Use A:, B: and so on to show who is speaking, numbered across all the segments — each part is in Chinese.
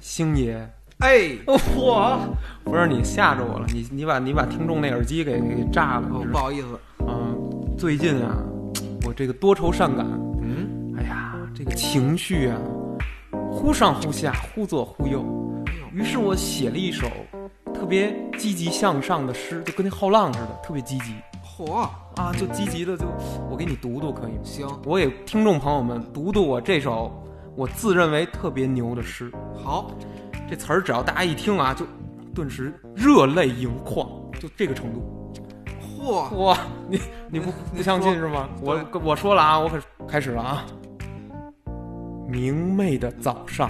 A: 星爷，
B: 哎，
A: 嚯！不是你吓着我了，你你把你把听众那耳机给给炸了，
B: 哦，
A: 你知
B: 不
A: 道
B: 好意思，
A: 嗯，最近啊，我这个多愁善感，
B: 嗯，
A: 哎呀，这个情绪啊，忽上忽下，忽左忽右。于是我写了一首特别积极向上的诗，就跟那后浪似的，特别积极
B: 嚯，
A: 啊，就积极的就我给你读读可以吗？
B: 行，
A: 我给听众朋友们读读我这首我自认为特别牛的诗，
B: 好，
A: 这词儿只要大家一听啊，就顿时热泪盈眶，就这个程度。
B: 嚯，
A: 哇， 你你不
B: 你
A: 不相信
B: 说
A: 是吗？
B: 对
A: 我我说了啊，我可开始了啊。明媚的早上，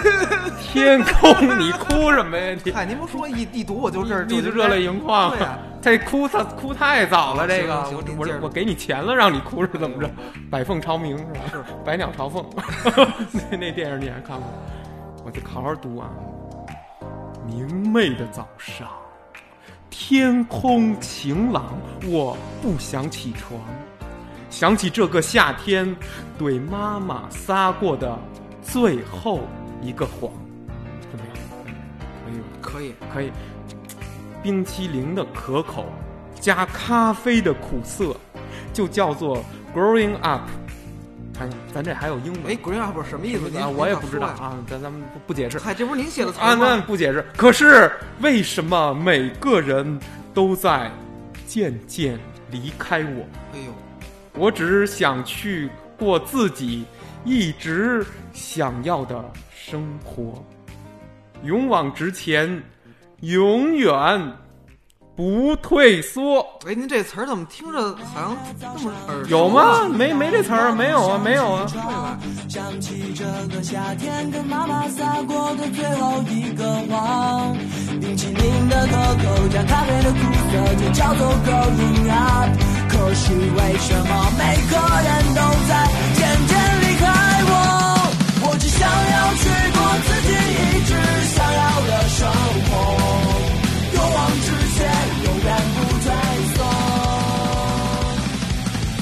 A: 天空，你哭什么呀？你
B: 哎嗨，您不说一一读我就
A: 你
B: 这儿，
A: 你
B: 就哎
A: 就热泪盈眶
B: 对啊呀
A: 这啊哭他哭太早了，这个
B: 行行您
A: 我
B: 接着
A: 我给你钱了，让你哭是怎么着？百凤朝鸣嗯是吧？
B: 是
A: 百鸟朝凤，那那电影你还看过？我得好好读啊。明媚的早上，天空晴朗，我不想起床，想起这个夏天对妈妈撒过的最后一个谎，怎么样？可以吧？
B: 可
A: 可
B: 以，
A: 以，冰淇淋的可口加咖啡的苦涩，就叫做 growing up。哎呀，咱这还有英
B: 哎
A: 文
B: ，green up 什么意思？您
A: 啊，我也不知道。
B: 您快说呀
A: 啊，咱咱们不不解释
B: 嗨，这不是您写的词
A: 啊，
B: 儿
A: 那
B: 吗？
A: 不解释。可是为什么每个人都在渐渐离开我？
B: 哎呦，
A: 我只想去过自己一直想要的生活，勇往直前，永远不退缩。
B: 哎，您这词儿怎么听着好像那么耳熟
A: 有
B: 啊
A: 吗？？没没这词儿，没有啊，没有啊。
B: 对吧？
C: 嗯想起这个夏天跟妈妈撒过的最后一个谎，冰淇淋的可口加咖啡的苦涩，就叫做 growing up。可是为什么每个人都在渐渐离开我？我只想要去过自己一直想要的生活，勇往直前，永远不退缩。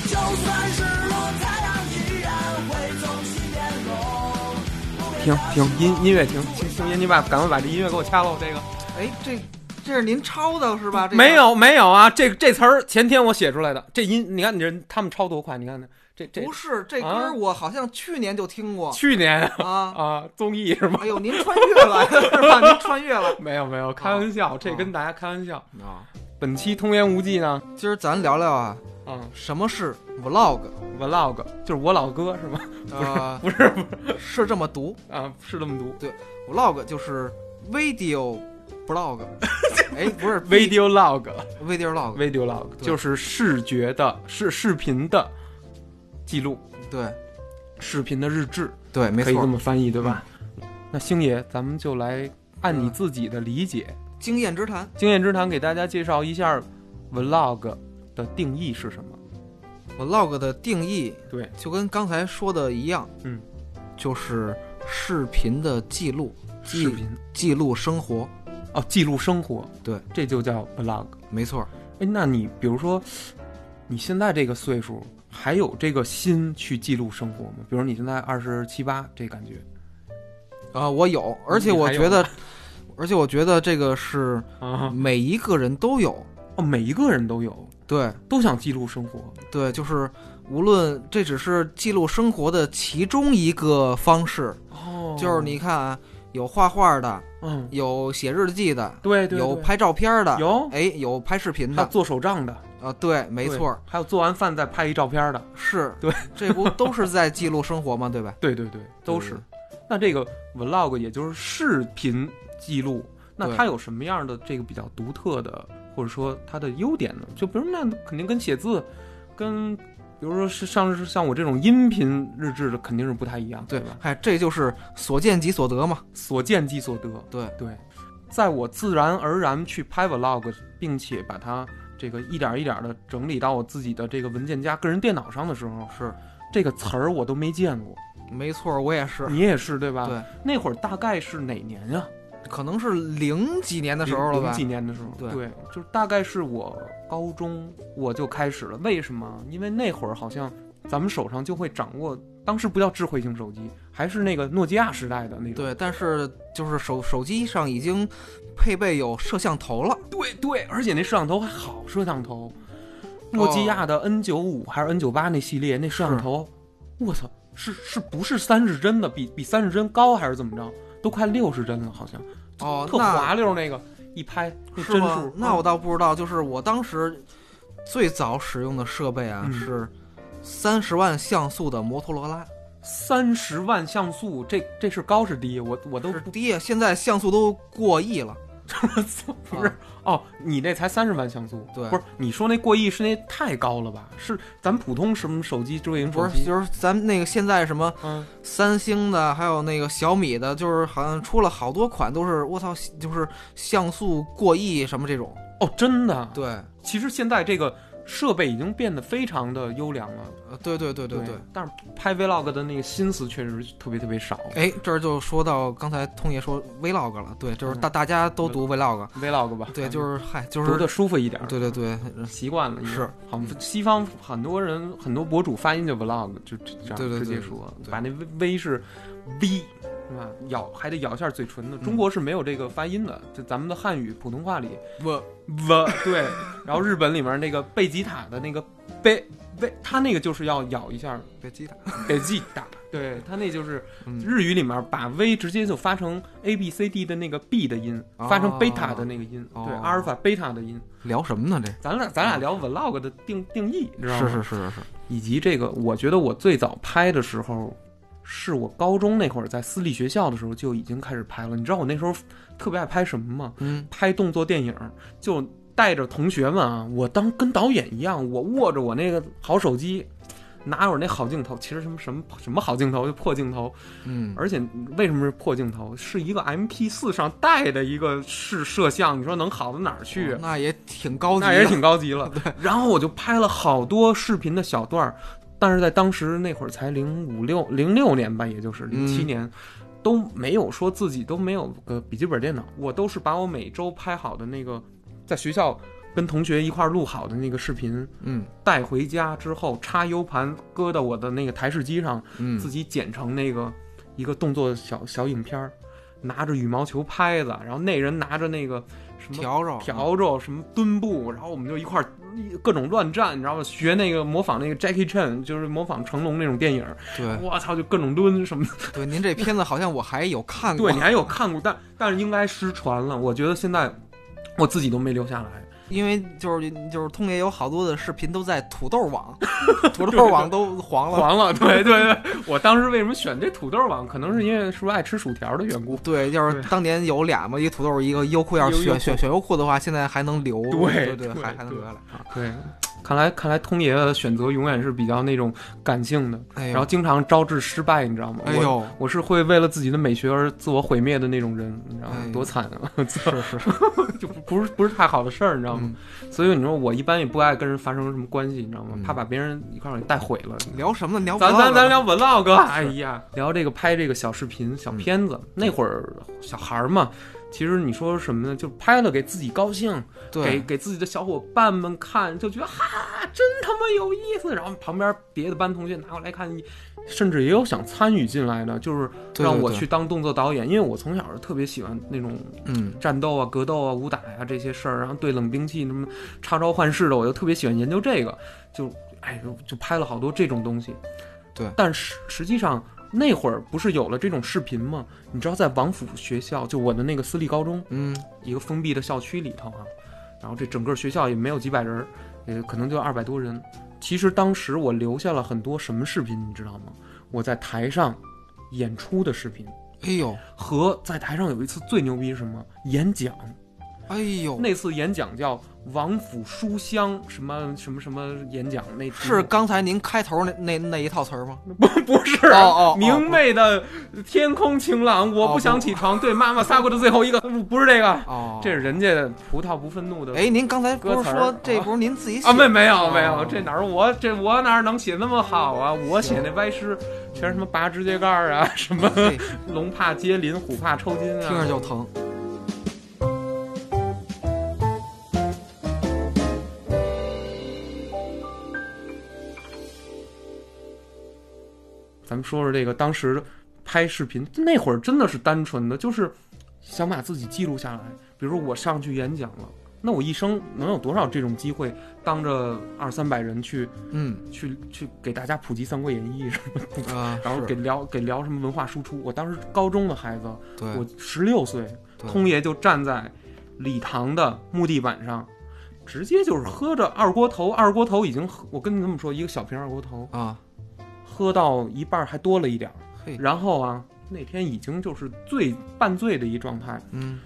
C: 就算是落太阳，依然会从西边落。
A: 停停，音音乐停，停停音，你把赶快把这音乐给我掐喽。这个
B: 哎，这这是您抄的是吧？这个
A: 没，有没有啊，这这词儿前天我写出来的。这音，你看你这他们抄多快，你看看这这
B: 不是这歌
A: 啊
B: 儿我好像去年就听过
A: 去年
B: 啊。
A: 啊综艺是吗？
B: 哎呦，您穿越了是吧？您穿 越了
A: 没有没有，开玩笑，这跟大家开玩笑。
B: 啊！
A: 本期《童言无忌》呢，
B: 今儿咱聊聊啊，
A: 嗯
B: 什么是 vlog？
A: ，vlog 就是我老哥是吗？
B: 呃，
A: 不是，不是
B: 是这么读
A: 啊，是这么读
B: ，vlog 就是 video blog。哎，不是
A: ，video log，video
B: video log，
A: log
B: 对
A: 就是视觉的视视频的记录，
B: 对
A: 视频的日志，
B: 对，没
A: 可以这
B: 错，
A: 么翻译对吧？那星爷，咱们就来按你自己的理解，
B: 经验之谈。
A: 经验之谈给大家介绍一下 vlog 的定义是什么？
B: vlog 的定义
A: 对，
B: 就跟刚才说的一样，
A: 嗯，
B: 就是视频的记录，记
A: 视频
B: 记录生活，
A: 哦，记录生活，
B: 对，
A: 这就叫 vlog。
B: 没错。
A: 哎，那你比如说，你现在这个岁数，还有这个心去记录生活吗？比如你现在二十七八，这感觉
B: 啊，我有，而且
A: 嗯你
B: 我
A: 还有
B: 觉得， 而且我觉得这个是
A: 啊，
B: 每一个人都有，
A: 哦，每一个人都有，
B: 对
A: 都想记录生活。
B: 对，就是无论这只是记录生活的其中一个方式，
A: 哦
B: 就是，你看啊，有画画的，
A: 嗯，
B: 有写日记的，
A: 对对，
B: 有
A: 对
B: 拍照片的，
A: 有，
B: 哎，有拍视频
A: 还有
B: 的，
A: 做手账的，
B: 啊，对，没
A: 对
B: 错儿，，
A: 还有做完饭再拍一照片的，
B: 是，
A: 对，
B: 这不都是在记录生活吗？ 对吧？
A: 对对对，都是。那这个 vlog 也就是视频记录，那
B: 对
A: 它有什么样的这个比较独特的，或者说它的优点呢？就比如那肯定跟写字，跟比如说是像是像我这种音频日志的肯定是不太一样，
B: 对
A: 吧？
B: 哎，这就是所见即所得嘛，
A: 所见即所得，
B: 对
A: 对，在我自然而然去拍 vlog，并且把它这个一点一点的整理到我自己的这个文件夹、个人电脑上的时候，
B: 是，
A: 这个词儿我都没见过，
B: 没错儿，我也是，
A: 你也是对吧？
B: 对，
A: 那会儿大概是哪年呀、
B: 可能是零几年的时候了
A: 零零
B: 吧
A: 几，年的时候，
B: 对
A: 就是大概是我高中我就开始了。为什么？因为那会儿好像咱们手上就会掌握当时不叫智慧型手机，还是那个诺基亚时代的那种。
B: 对，但是就是手手机上已经配备有摄像头了，
A: 对对，而且那摄像头还好摄像
B: 哦
A: 头，诺基亚的 N 九五还是 N 九八那系列那摄像头，我操，是是不是三十帧的？比比三十帧高还是怎么着？都快六十帧了，好像
B: 哦，
A: 特
B: 那
A: 滑溜那个，一拍那
B: 是
A: 帧
B: 吗
A: 数？。
B: 那我
A: 嗯
B: 倒不知道，就是我当时最早使用的设备啊、
A: 嗯
B: 是三十万像素的摩托罗拉，
A: 三十万像素，这这是高是低？我我都
B: 是
A: 不
B: 低啊，现在像素都过亿了。
A: 不是
B: 啊
A: 哦，你那才三十万像素，
B: 对
A: 不是你说那过亿是那太高了吧？是咱普通什么手机智慧型
B: 不
A: 手
B: 是，
A: 机？
B: 就是咱们那个现在什么
A: 嗯，
B: 三星的，还有那个小米的，就是好像出了好多款，都是我操，就是像素过亿什么这种。
A: 哦，真的，
B: 对，
A: 其实现在这个设备已经变得非常的优良了，
B: 呃，对对对对对。
A: 但是拍 vlog 的那个心思确实特别特别少
B: 哎，这儿就说到刚才通爷说 vlog 了，对，就是大大家都读 vlog，
A: ，vlog 吧？
B: 对，就是嗨，就
A: 嗯读
B: 是
A: 的舒服一点，
B: 对对对，
A: 习惯了。
B: 是，嗯
A: 好像西方很多人很多博主发音就 vlog，就就这样
B: 对对
A: 直接
B: 对对
A: 说，
B: 对
A: 把那 v v 是 v 是吧？咬还得咬一下嘴唇
B: 嗯
A: 的。中国是没有这个发音的，就咱们的汉语普通话里
B: 我
A: v 对，然后日本里面那个贝吉塔的那个贝贝，他那个就是要咬一下
B: 别激他，
A: 贝吉塔，对他那就是。
B: 嗯，
A: 日语里面把 V 直接就发成 A B C D 的那个 B 的音，
B: 哦
A: 发成贝塔的那个音，
B: 哦
A: 对，阿尔法贝塔的音。
B: 聊什么呢？这
A: 咱俩咱俩聊 vlog 的定定义，知道吗？
B: 啊是是是是是，
A: 以及这个，我觉得我最早拍的时候，是我高中那会儿在私立学校的时候就已经开始拍了。你知道我那时候特别爱拍什么吗？
B: 嗯，
A: 拍动作电影，就带着同学们啊，我当跟导演一样，我握着我那个好手机，拿着我那好镜头，其实什么什么什么好镜头就破镜头，
B: 嗯，
A: 而且为什么是破镜头？是一个 MP 四上带的一个是摄像，你说能好到哪儿去？
B: 哦
A: 啊
B: 那也挺高级
A: 那也
B: 的，
A: 挺高级 了。然后我就拍了好多视频的小段儿，但是在当时那会儿才零五六零六年吧，也就是零七
B: 嗯
A: 年。都没有说自己都没有个笔记本电脑，我都是把我每周拍好的那个，在学校跟同学一块儿录好的那个视频
B: 嗯
A: 带回家之后，插 U 盘搁到我的那个台式机上，
B: 嗯
A: 自己剪成那个一个动作小小影片儿，拿着羽毛球拍子，然后那人拿着那个什么
B: 笤帚
A: 笤帚什么墩布，然后我们就一块儿各种乱战，你知道吗？学那个模仿那个 Jackie Chan，就是模仿成龙那种电影儿，
B: 对
A: 我操，就各种抡什么 的。
B: 对，您这片子好像我还有看过
A: 对，你，还有看过，但但是应该失传了。我觉得现在我自己都没留下来。
B: 因为就是就是通爷有好多的视频都在土豆网， 土豆网都黄了，
A: 黄了，对对对，我当时为什么选这土豆网？可能是因为是不是爱吃薯条的缘故。
B: 对，要是
A: 对
B: 当年有俩嘛，一个土豆一个优酷，要是
A: 优优
B: 选
A: 酷
B: 选选优酷的话，现在还能留，
A: 对
B: 对
A: 对
B: 还还能
A: 对
B: 留下来。
A: 对，看来看来通爷的选择永远是比较那种感性的，
B: 哎呦，
A: 然后经常招致失败，你知道吗？
B: 哎
A: 我
B: 呦，
A: 我是会为了自己的美学而自我毁灭的那种人，你知道吗
B: 哎？呦
A: 多惨 啊！
B: 是是是，
A: 就不不是不是太好的事儿，你知道吗
B: 嗯？
A: 所以你说我一般也不爱跟人发生什么关系，你知道吗
B: 嗯？
A: 怕把别人一块儿给带毁了。
B: 聊什么呢？聊
A: 咱咱
B: vlog
A: 咱聊 vlog，哎呀，聊这个拍这个小视频、小
B: 嗯
A: 片子。那会儿小孩儿嘛，其实你说什么呢？就拍了给自己高兴，给
B: 对，
A: 给自己的小伙伴们看，就觉得哈，真他妈有意思。然后旁边别的班同学拿过来看，甚至也有想参与进来的，就是
B: 对
A: 让
B: 对
A: 我
B: 对
A: 去当动作导演，因为我从小就特别喜欢那种
B: 嗯
A: 战斗啊、格斗啊、武打呀、这些事儿，然后对冷兵器什么插招换式的，我就特别喜欢研究这个，就哎就就拍了好多这种东西。
B: 对
A: 但实实际上那会儿不是有了这种视频吗？你知道在王府学校，就我的那个私立高中，
B: 嗯，
A: 一个封闭的校区里头啊，然后这整个学校也没有几百人儿，也可能就二百多人。其实当时我留下了很多什么视频，你知道吗？我在台上演出的视频
B: 哎呦
A: 和在台上有一次最牛逼是什么演讲，
B: 哎呦，
A: 那次演讲叫王府书香什么什么什么演讲，那题目
B: 是刚才您开头那那那一套词儿吗？
A: 不 不是啊
B: 哦哦哦
A: 明媚的天空晴朗，我
B: 哦
A: 不想
B: 不
A: 起床，对妈妈撒过的最后一个不是这个，
B: 哦，
A: 这是人家的葡萄不愤怒的
B: 哎，您刚才不
A: 歌
B: 是
A: 词儿
B: 说
A: 啊
B: 这不是您自己 写
A: 啊，没没有
B: 哦
A: 没有，这哪儿我这我哪儿能写那么好啊？我写那歪诗全是什么拔指甲盖儿啊， 什么
B: 嘿
A: 龙怕接鳞，虎怕抽筋
B: 听着
A: 啊。
B: 就疼。
A: 咱们说说这个当时拍视频那会儿真的是单纯的，就是想把自己记录下来。比如说我上去演讲了，那我一生能有多少这种机会，当着二三百人去
B: 嗯
A: 去去给大家普及《三国演义》什么的，
B: 啊，
A: 嗯然后
B: 是
A: 给聊给聊什么文化输出。我当时高中的孩子，
B: 对
A: 我十六岁，
B: 对
A: 通爷就站在礼堂的木地板上，直接就是喝着二锅头，二锅头已经喝，我跟你这么说，一个小瓶二锅头
B: 啊，
A: 喝到一半儿还多了一点儿，
B: 嘿，
A: 然后啊，那天已经就是醉半醉的一状态，
B: 嗯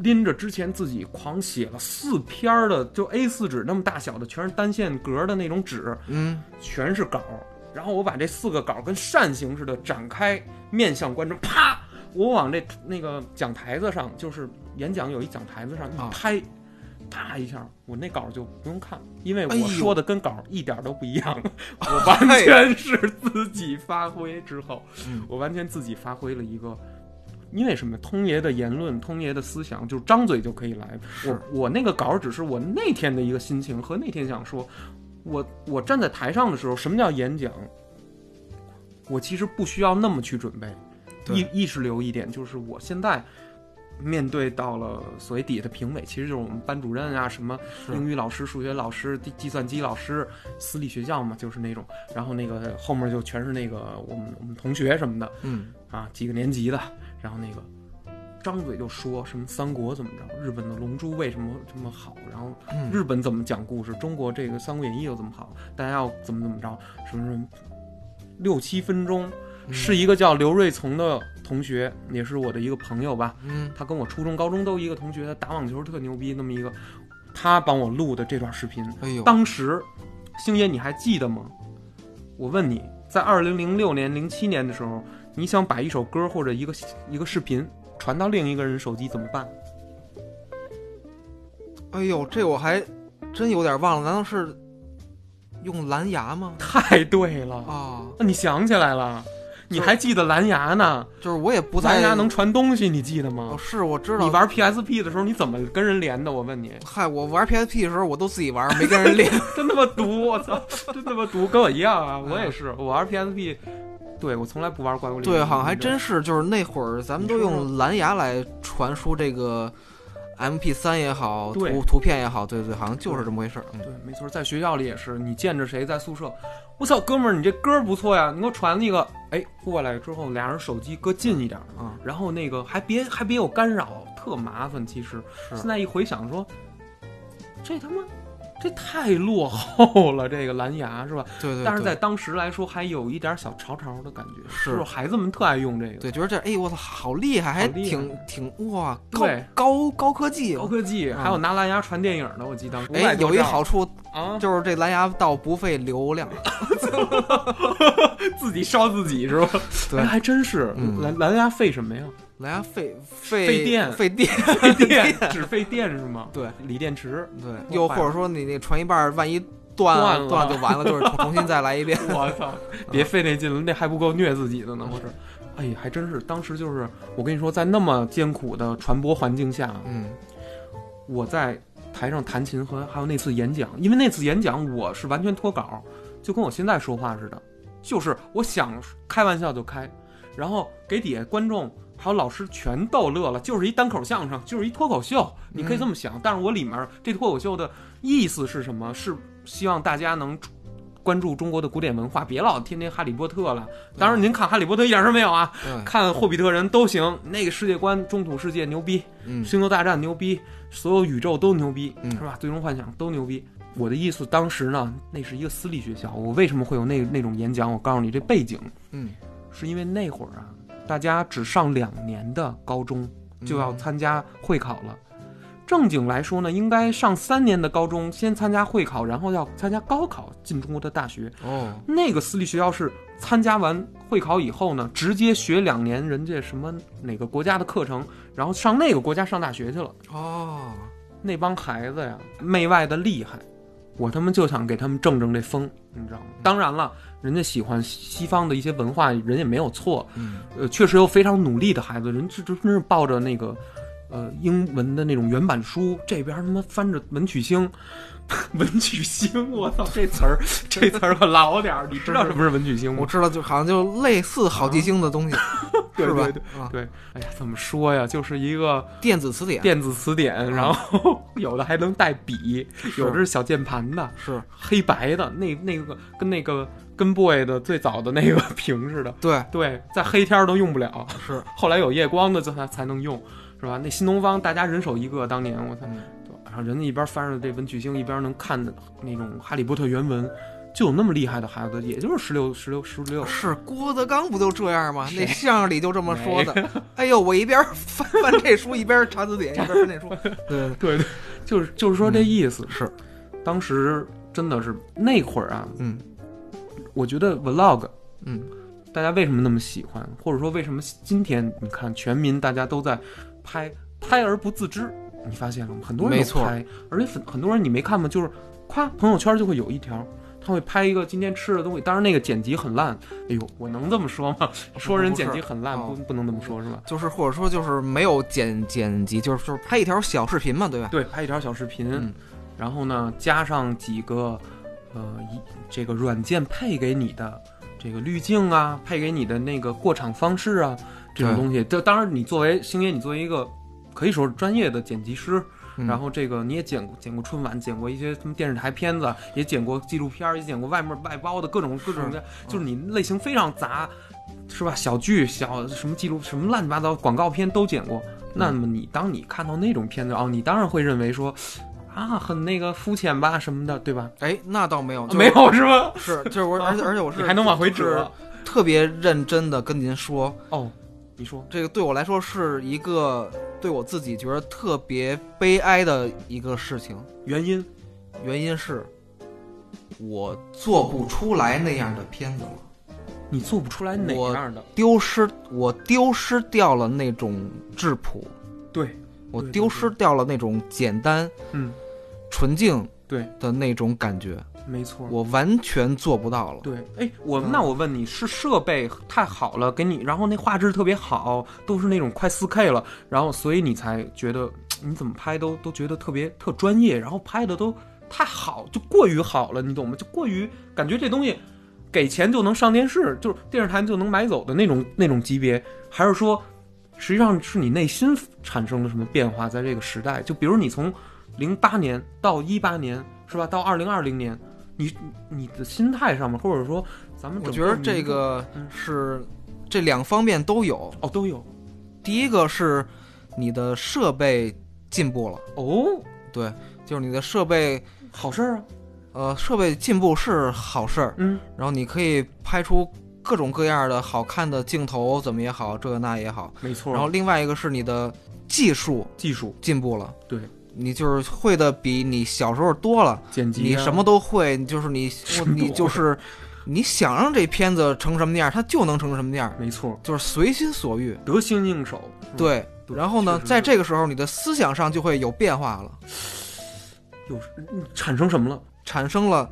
A: 拎着之前自己狂写了四篇儿的，就 A 4纸那么大小的，全是单线格儿的那种纸，
B: 嗯，
A: 全是稿儿。然后我把这四个稿儿跟扇形似的展开，面向观众，啪！我往这那个讲台子上，就是演讲有一讲台子上
B: 啊
A: 一拍，啪一下，我那稿儿就不用看，因为
B: 哎呦
A: 我说的跟稿儿一点儿都不一样，我完全是自己发挥之后
B: 哎嗯，
A: 我完全自己发挥了一个。因为什么？通爷的言论，通爷的思想，就是张嘴就可以来。
B: 是
A: 我我那个稿儿只是我那天的一个心情和那天想说，我我站在台上的时候，什么叫演讲？我其实不需要那么去准备，
B: 对
A: 意意识流一点，就是我现在面对到了所谓底下的评委，其实就是我们班主任啊，什么
B: 是
A: 英语老师、数学老师、计计算机老师，私立学校嘛，就是那种，然后那个后面就全是那个我们我们同学什么的，
B: 嗯
A: 啊，几个年级的，然后那个张嘴就说什么三国怎么着，日本的《龙珠》为什么这么好，然后
B: 嗯
A: 日本怎么讲故事，中国这个《三国演义》又怎么好，大家要怎么怎么着，什么什么，六七分钟，是一个叫刘瑞从的同学，也是我的一个朋友吧，
B: 嗯
A: 他跟我初中、高中都一个同学，他打网球特牛逼，那么一个，他帮我录的这段视频，
B: 哎呦，
A: 当时，星爷你还记得吗？我问你，在二零零六年、零七年的时候，你想把一首歌或者一个一个视频传到另一个人手机怎么办？
B: 哎呦，这我还真有点忘了，难道是用蓝牙吗？
A: 太对了，
B: 啊，
A: 你想起来了，你
B: 就是
A: 还记得蓝牙呢？
B: 就是我也不太
A: 蓝牙能传东西，你记得
B: 哦，
A: 吗？
B: 是我知道。
A: 你玩 PSP 的时候，你怎么跟人连的？我问你，
B: 嗨，我玩 PSP 的时候，我都自己玩，没跟人练。
A: 真他妈毒！我操， 真他妈毒，跟我一样啊！我也是，我玩 PSP，对我从来不玩怪物猎人。
B: 对，好像还
A: 你知道吗
B: 真是，就是那会儿咱们都用蓝牙来传输这个 MP 3也好，
A: 对
B: 图图片也好，对对，好像就是这么回事儿。嗯
A: 对，没错，在学校里也是，你见着谁在宿舍，我操，哥们儿，你这歌儿不错呀，你给我传一个。哎，过来之后，俩人手机搁近一点儿，
B: 啊，
A: 然后那个还别还别有干扰，特麻烦。其实
B: 嗯是
A: 现在一回想说，这他妈这太落后了，这个蓝牙是吧？
B: 对对。
A: 但是
B: 对
A: 在当时来说，还有一点小潮潮的感觉，
B: 是
A: 就是孩子们特爱用这个。
B: 对，觉得这哎，我操，好厉害，
A: 好
B: 还
A: 厉害
B: 挺挺哇，高
A: 对
B: 高高科技。
A: 高科技，
B: 嗯
A: 还有拿蓝牙传电影的，我记得。
B: 哎，
A: 500多
B: 有一
A: 兆
B: 好处
A: 啊，
B: 就是这蓝牙倒不费 流量。
A: 自己烧自己是吧？
B: 对
A: 哎 还真是
B: 嗯
A: 蓝蓝牙费什么呀？
B: 蓝牙费费
A: 费电
B: 费电，
A: 费电，只费电是 吗？
B: 对，
A: 锂电池。
B: 对，
A: 坏
B: 又或者说你那传一半儿，万一断
A: 断了。
B: 断就完了，就是重重新再来一遍
A: 我操， 别费那劲了，那还不够虐自己的呢。我是，哎呀，还真是，当时就是我跟你说，在那么艰苦的传播环境下，
B: 嗯
A: 我在台上弹琴和还有那次演讲，因为那次演讲我是完全脱稿，就跟我现在说话似的，就是我想开玩笑就开，然后给底下观众还有老师全逗乐了，就是一单口相声，就是一脱口秀，你可以这么想。但是我里面这脱口秀的意思是什么？是希望大家能。关注中国的古典文化，别老天天《哈利波特》了。当然，您看《哈利波特》一点事儿没有啊，
B: 对，
A: 看《霍比特人》都行。那个世界观，中土世界牛逼，
B: 嗯
A: 星球大战牛逼，所有宇宙都牛逼，
B: 嗯
A: 是吧？最终幻想都牛逼。我的意思，当时呢，那是一个私立学校，我为什么会有那那种演讲？我告诉你，这背景
B: 嗯，
A: 是因为那会儿啊，大家只上两年的高中就要
B: 嗯
A: 参加会考了。正经来说呢，应该上三年的高中，先参加会考，然后要参加高考进中国的大学。
B: 哦，
A: 那个私立学校是参加完会考以后呢，直接学两年人家什么哪个国家的课程，然后上那个国家上大学去了。
B: 哦，
A: 那帮孩子呀，媚外的厉害，我他妈就想给他们正正这风，你知道吗？当然了，人家喜欢西方的一些文化，人也没有错，
B: 嗯
A: 呃，确实有非常努力的孩子，人这这真是抱着那个呃英文的那种原版书，这边他妈翻着文曲星， 文曲星，我操这词儿，这词儿可老点儿，你知道什么是文曲星
B: 我
A: 吗？
B: 知道，就好像就类似好记星的东西，
A: 对
B: 是吧？
A: 对对
B: 啊，
A: 对，哎呀，怎么说呀？就是一个
B: 电子词典
A: 电子词典，然后 有的还能带笔，有的是小键盘的，
B: 是
A: 黑白的，那那个跟那个跟 boy 的最早的那个 屏似的。
B: 对
A: 对，在黑天儿都用不了，
B: 是，
A: 后来有夜光的才才能用，是吧？那新东方大家人手一个，当年我操，
B: 嗯
A: 对然后人家一边翻着这文曲星，一边能看那种《哈利波特》原文，就有那么厉害的孩子，也就是十六、十六、十六。
B: 是郭德纲不就这样吗？
A: 谁
B: 那相声里就这么说的。 哎呦，我一边翻翻这书，一边查字典，一边 翻那书。对，
A: 对对，就是就是说这意思。
B: 是，
A: 当时真的是那会儿啊，
B: 嗯
A: 我觉得 vlog
B: 嗯，
A: 大家为什么那么喜欢，或者说为什么今天你看全民大家都在拍拍而不自知，你发现了吗？很多人
B: 没
A: 都
B: 错
A: 拍，而且很很多人你没看吗？就是夸朋友圈就会有一条。他会拍一个今天吃的东西，当然那个剪辑很烂。哎呦，我能这么说吗？说人
B: 不是
A: 剪辑很烂，
B: 哦
A: 不不能这么说，是吧？
B: 就是或者说就是没有剪剪辑，就是就是拍一条小视频嘛，对吧？
A: 对，拍一条小视频，
B: 嗯
A: 然后呢，加上几个呃一这个软件配给你的这个滤镜啊，配给你的那个过场方式啊，这种
B: 对
A: 东西。这当然，你作为星爷，你作为一个可以说是专业的剪辑师，
B: 嗯
A: 然后这个你也剪过剪过春晚，剪过一些什么电视台片子，也剪过纪录片儿，也剪过外面外包的各种各种的，就是
B: 嗯
A: 你类型非常杂，是吧？小剧、小什么记录、什么乱七八糟广告片都剪过。
B: 嗯
A: 那么你当你看到那种片子哦，你当然会认为说，啊，很那个肤浅吧什么的，对吧？
B: 哎，那倒没有，就是
A: 没有是吧？
B: 是，就是我，而且而 且我是
A: 你还能往回指
B: 就是特别认真的跟您说，
A: 哦？你说
B: 这个对我来说是一个对我自己觉得特别悲哀的一个事情，
A: 原因
B: 原因是我做不出来那样的片子了，
A: 你做不出来哪
B: 我
A: 样的？
B: 丢失我丢失掉了那种质朴，
A: 对，
B: 我
A: 对对
B: 丢失掉了那种简单
A: 嗯，
B: 纯净
A: 对，
B: 的那种感觉，
A: 没错。
B: 我完全做不到了。
A: 对，哎，我
B: 嗯
A: 那我问你，是设备太好了，给你，然后那画质特别好，都是那种快四 K 了，然后所以你才觉得你怎么拍都都觉得特别特专业，然后拍的都太好，就过于好了，你懂吗？就过于感觉这东西给钱就能上电视，就是电视台就能买走的那种那种级别，还是说实际上是你内心产生了什么变化？在这个时代，就比如你从零八年到一八年，是吧？到二零二零年，你你的心态上面，或者说咱们
B: 我
A: 整
B: 觉得
A: 民
B: 这
A: 族
B: 个
A: 嗯
B: 是这两方面都有，
A: 哦都有
B: 第一个是你的设备进步了，
A: 哦，
B: 对，就是你的设备，
A: 好事儿啊，
B: 呃，设备进步是好事儿，
A: 嗯，
B: 然后你可以拍出各种各样的好看的镜头，怎么也好，这个那也好。
A: 没错。
B: 然后另外一个是你的技术
A: 技术
B: 进步了，
A: 对
B: 你就是会的比你小时候多了，
A: 剪辑、啊
B: 你什？么都会，你就是你
A: 什么都
B: 你就是你想让这片子成什么样，它就能成什么样，
A: 没错，
B: 就是随心所欲。
A: 得心应手。是吧，
B: 对，
A: 对
B: 然后呢
A: 确，实
B: 在
A: 是
B: 这个时候，你的思想上就会有变化了，
A: 有嗯产生什么了？
B: 产生了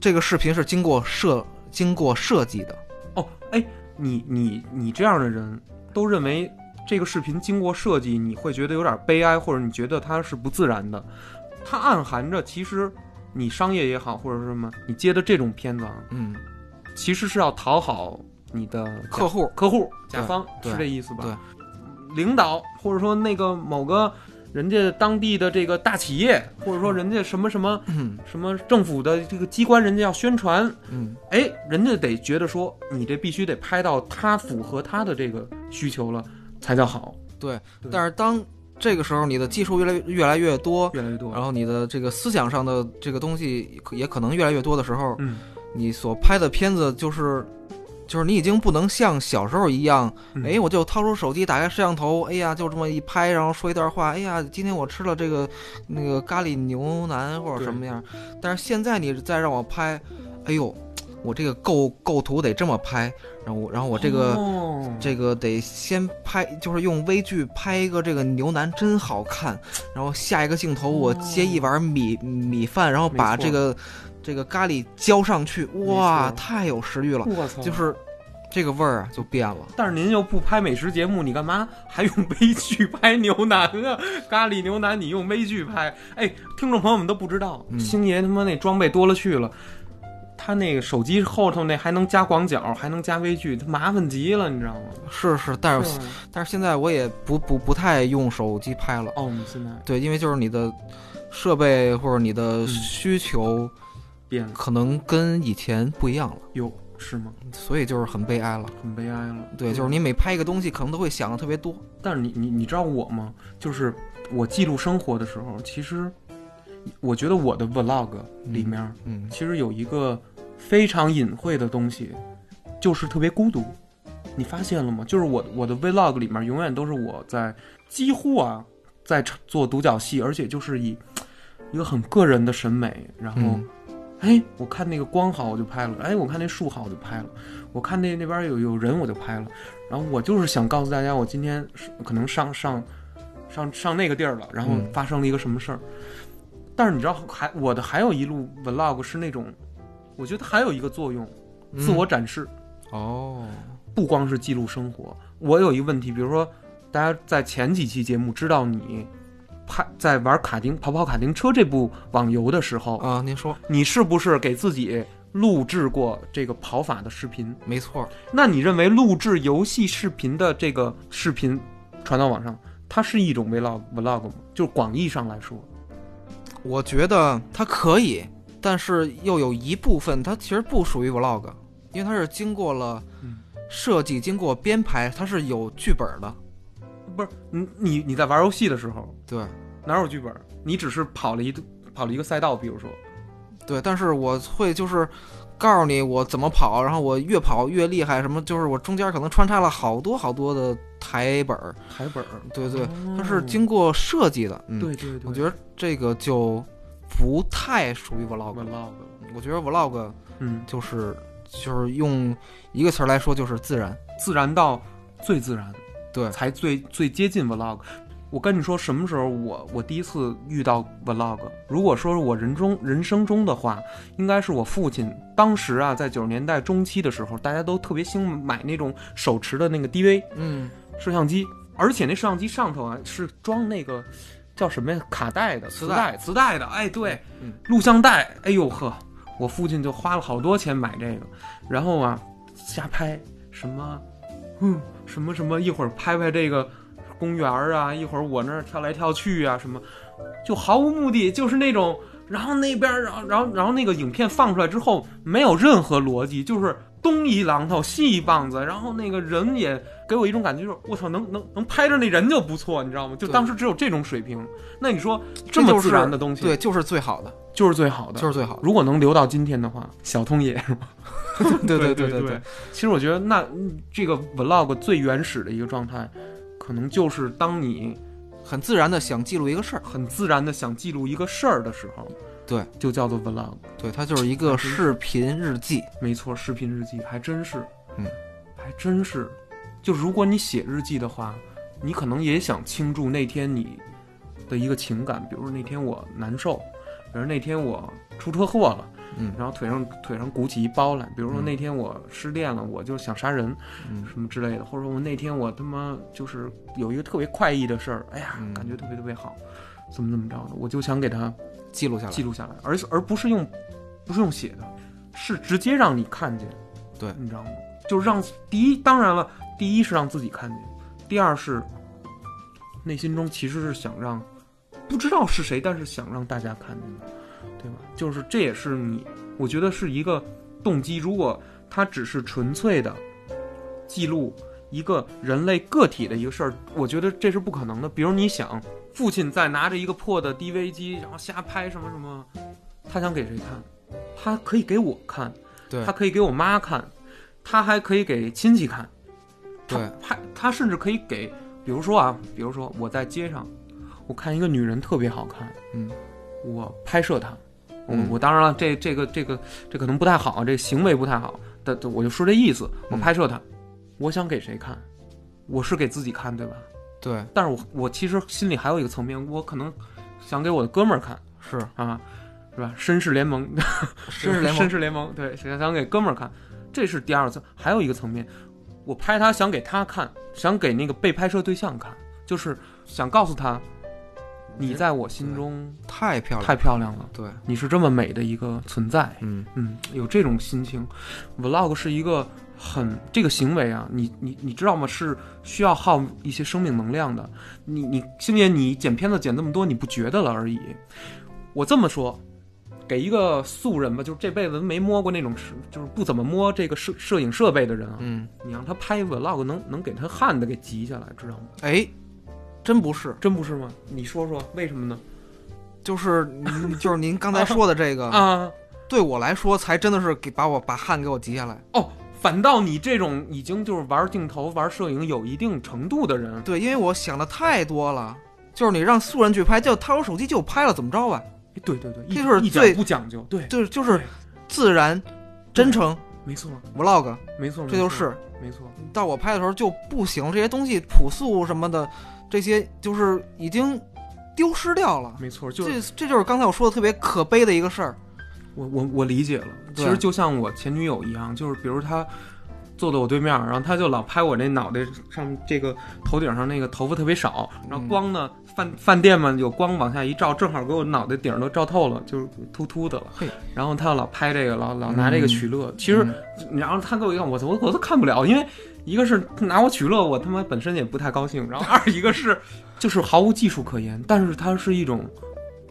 B: 这个视频是经过设经过设计的，
A: 哦，哎，你你你这样的人都认为这个视频经过设计，你会觉得有点悲哀，或者你觉得它是不自然的，它暗含着其实你商业也好，或者是什么，你接的这种片子啊，
B: 嗯，
A: 其实是要讨好你的甲
B: 客户
A: 客户甲方，
B: 对
A: 是这意思吧？
B: 对，
A: 领导或者说那个某个人家当地的这个大企业，或者说人家什么什么
B: 嗯
A: 什么政府的这个机关，人家要宣传，
B: 嗯，
A: 哎，人家得觉得说你这必须得拍到他符合他的这个需求了，才叫好，
B: 对
A: 对。
B: 但是当这个时候，你的技术越来越越来越多，
A: 越来越多。
B: 然后你的这个思想上的这个东西也可能越来越多的时候，
A: 嗯，
B: 你所拍的片子就是。就是你已经不能像小时候一样，
A: 嗯
B: 哎，我就掏出手机，打开摄像头，哎呀，就这么一拍，然后说一段话，哎呀，今天我吃了这个那个咖喱牛腩或者
A: 对
B: 什么样。但是现在你再让我拍，哎呦，我这个构构图得这么拍，然后我然后我这个、
A: 哦
B: 这个得先拍，就是用微距拍一个这个牛腩真好看，然后下一个镜头我接一碗米、米饭，然后
A: 没
B: 把
A: 错
B: 这个这个咖喱浇上去，哇，
A: 没错嗯
B: 太有食欲了！
A: 我操，
B: 就是这个味儿啊就变了。
A: 但是您又不拍美食节目，你干嘛还用微距拍牛腩啊？咖喱牛腩你用微距拍？哎，听众朋友们都不知道，
B: 嗯
A: 星爷他妈那装备多了去了，他那个手机后头那还能加广角，还能加微距，他麻烦极了，你知道吗？
B: 是是，但是
A: 对
B: 但是现在我也不不不太用手机拍了。
A: 哦，我们现在
B: 对，因为就是你的设备或者你的
A: 嗯
B: 需求
A: 变了，
B: 可能跟以前不一样了，
A: 哟，是吗？
B: 所以就是很悲哀了。
A: 很悲哀了。
B: 对，就是
A: 嗯
B: 你每拍一个东西，可能都会想的特别多。
A: 但是你你你知道我吗？就是我记录生活的时候，其实我觉得我的 vlog 里面、
B: 嗯，
A: 其实有一个非常隐晦的东西，就是特别孤独。你发现了吗？就是我我的 vlog 里面永远都是我在几乎啊在做独角戏，而且就是以一个很个人的审美，然后、
B: 嗯
A: 哎，我看那个光好，我就拍了；哎，我看那树好，我就拍了；我看那那边有有人，我就拍了。然后我就是想告诉大家，我今天是可能上上上上那个地儿了，然后
B: 嗯
A: 发生了一个什么事儿。但是你知道，还我的还有一路 vlog 是那种，我觉得还有一个作用，
B: 嗯
A: 自我展示，
B: 哦，
A: 不光是记录生活。我有一个问题，比如说，大家在前几期节目知道你拍在玩卡丁跑跑卡丁车这部网游的时候，
B: 啊，您说
A: 你是不是给自己录制过这个跑法的视频？
B: 没错儿，
A: 那你认为录制游戏视频的这个视频传到网上，它是一种 vlog vlog 吗？就是广义上来说，
B: 我觉得它可以，但是又有一部分它其实不属于 vlog，因为它是经过了
A: 嗯
B: 设计、经过编排，它是有剧本的。
A: 不是你你你在玩游戏的时候
B: 对
A: 哪有剧本？你只是跑了一跑了一个赛道，比如说，
B: 对，但是我会就是告诉你我怎么跑，然后我越跑越厉害，什么就是我中间可能穿插了好多好多的台本儿。
A: 台本儿，
B: 对对，它
A: 它
B: 是经过设计的。嗯，
A: 哦对对对，
B: 我觉得这个就不太属于 vlog 了。
A: vlog，
B: 我觉得 vlog
A: 嗯，
B: 就是就是用一个词儿来说就是自然。
A: 自然到最自然，
B: 对
A: 才最最接近 vlog。我跟你说，什么时候我我第一次遇到 vlog？如果说是我人中人生中的话，应该是我父亲当时啊，在九十年代中期的时候，大家都特别兴买那种手持的那个 DV
B: 嗯，
A: 摄像机，而且那摄像机上头啊是装那个叫什么呀卡带的磁
B: 磁带
A: 带磁带的，哎对，
B: 嗯
A: 录像带，哎呦呵，我父亲就花了好多钱买这个，然后啊瞎拍什么，嗯什么什么，一会儿拍拍这个公园儿啊，一会儿我那儿跳来跳去啊什么，就毫无目的，就是那种。然后那边儿，然后然后然后那个影片放出来之后，没有任何逻辑，就是东一榔头西一棒子，然后那个人也给我一种感觉，就是我操，能能能拍着那人就不错，你知道吗？就
B: 对
A: 当时只有这种水平。那你说这
B: 就
A: 么
B: 是
A: 自然的东西，
B: 对，就是最好的，
A: 就是最好的。
B: 就是最好的。
A: 如果能留到今天的话，小通 也。
B: 嗯 对
A: 对
B: 对
A: 对
B: 对，
A: 其实我觉得那嗯这个 vlog 最原始的一个状态，可能就是当你
B: 很自然的想记录一个事儿，
A: 很自然的想记录一个事儿的时候，
B: 对，
A: 就叫做 vlog。
B: 对，它就是一个
A: 还真是
B: 视频日记。
A: 没错，视频日记还真是，
B: 嗯，
A: 还真是。就如果你写日记的话，你可能也想倾注那天你的一个情感，比如那天我难受，比如那天我出车祸了，
B: 嗯
A: 然后腿上腿上鼓起一包来，比如说
B: 嗯
A: 那天我失恋了，我就想杀人，
B: 嗯
A: 什么之类的，或者说我那天我他妈就是有一个特别快意的事儿，哎呀
B: 嗯，
A: 感觉特别特别好，怎么怎么着的，我就想给它
B: 记录下来
A: 记。录下来，而而不是用不是用写的，是直接让你看见，
B: 对
A: 你知道吗？就是让第一，当然了，第一是让自己看见，第二是内心中其实是想让不知道是谁，但是想让大家看见的，对吧？就是这也是你，我觉得是一个动机。如果它只是纯粹的记录一个人类个体的一个事儿，我觉得这是不可能的。比如你想，父亲在拿着一个破的 DV 机，然后瞎拍什么什么，他想给谁看？他可以给我看，
B: 对
A: 他可以给我妈看，他还可以给亲戚看，他
B: 对，
A: 他他甚至可以给，比如说啊，比如说我在街上，我看一个女人特别好看，
B: 嗯，
A: 我拍摄她，我
B: 嗯
A: 我当然了，这这个这个这可能不太好，这行为不太好，但但我就说这意思，我
B: 嗯
A: 拍摄她，我想给谁看？我是给自己看，对吧？
B: 对
A: 但是我我其实心里还有一个层面，我可能想给我的哥们儿看
B: 是
A: 啊，是吧？绅士联盟，
B: 绅士 联
A: 绅
B: 盟。
A: 士联盟，对，想想给哥们儿看，这是第二层，还有一个层面，我拍他想给他看，想给那个被拍摄对象看，就是想告诉他，你在我心中
B: 太漂亮，
A: 太漂亮了，
B: 对，
A: 你是这么美的一个存在。
B: 嗯，
A: 嗯，有这种心情。Vlog 是一个很这个行为啊，你你你知道吗？是需要耗一些生命能量的。你你星爷，你剪片子剪这么多，你不觉得了而已。我这么说，给一个素人吧，就是这辈子没摸过那种，就是不怎么摸这个摄摄影设备的人啊，
B: 嗯，
A: 你让他拍 Vlog，能能给他汗的给急下来，知道吗？
B: 哎，真不是，
A: 真不是吗？你说说为什么呢？
B: 就是您就是您刚才说的这 个，
A: 啊，
B: 对我来说才真的是给把我把汗给我急下来。
A: 哦。反倒你这种已经就是玩镜头、玩摄影有一定程度的人，
B: 对，因为我想的太多了。就是你让素人去拍，就他有手机就拍了，怎么着啊吧？
A: 哎对对对，
B: 这
A: 一
B: 就是
A: 一
B: 最
A: 点不讲究，对，
B: 就是就是
A: 对
B: 自然、真诚
A: 没错，
B: vlog，
A: 没错，
B: 这就
A: 没错
B: 是
A: 没错，
B: 到我拍的时候就不行了，这些东西朴素什么的，这些就是已经丢失掉了。
A: 没错，就是
B: 这这就是刚才我说的特别可悲的一个事儿。
A: 我我我理解了。其
B: 对
A: 实就像我前女友一样，就是比如她坐在我对面，然后她就老拍我那脑袋上这个头顶上那个头发特别少，然后
B: 嗯
A: 光呢饭饭店嘛有光往下一照，正好给我脑袋顶儿都照透了，就是秃秃的了
B: 嘿。
A: 然后她就老拍这个，老老拿这个
B: 嗯
A: 取乐。其实然后他给我一看，我我我都看不了，因为一个是拿我取乐，我他妈本身也不太高兴，然后二一个是就是毫无技术可言，但是它是一种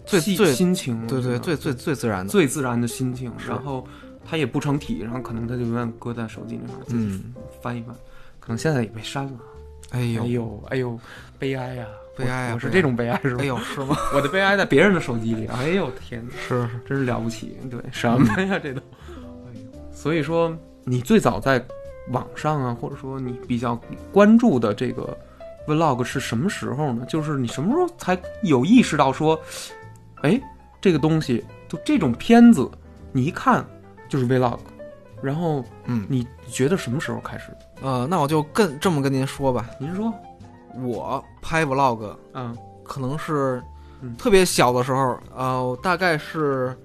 B: 最
A: 细
B: 最
A: 心情，
B: 对
A: 我觉
B: 对，
A: 得
B: 最最最自然的。
A: 最自然的心情，
B: 是
A: 然后它也不成体，然后可能它就永远搁在手机那块儿，自己
B: 嗯，
A: 翻一翻，可能现在也被删了。
B: 哎
A: 哎
B: 呦，
A: 呦哎呦，悲哀呀、
B: 悲哀呀
A: 我我是
B: 悲哀
A: 这种悲哀是吧？
B: 哎呦， 是吗？
A: 我的悲哀在别人的手机里，哎呦天哪！
B: 是
A: 真是了不起，对，什么呀，这都，哎呦，所以说你最早在网上啊，或者说你比较关注的这个 vlog 是什么时候呢？就是你什么时候才有意识到说，哎，这个东西就这种片子，你一看就是 vlog，然后
B: 嗯
A: 你觉得什么时候开始？
B: 呃，那我就更这么跟您说吧，
A: 您说，
B: 我拍 vlog
A: 啊，
B: 可能是
A: 嗯
B: 特别小的时候，呃，我大概是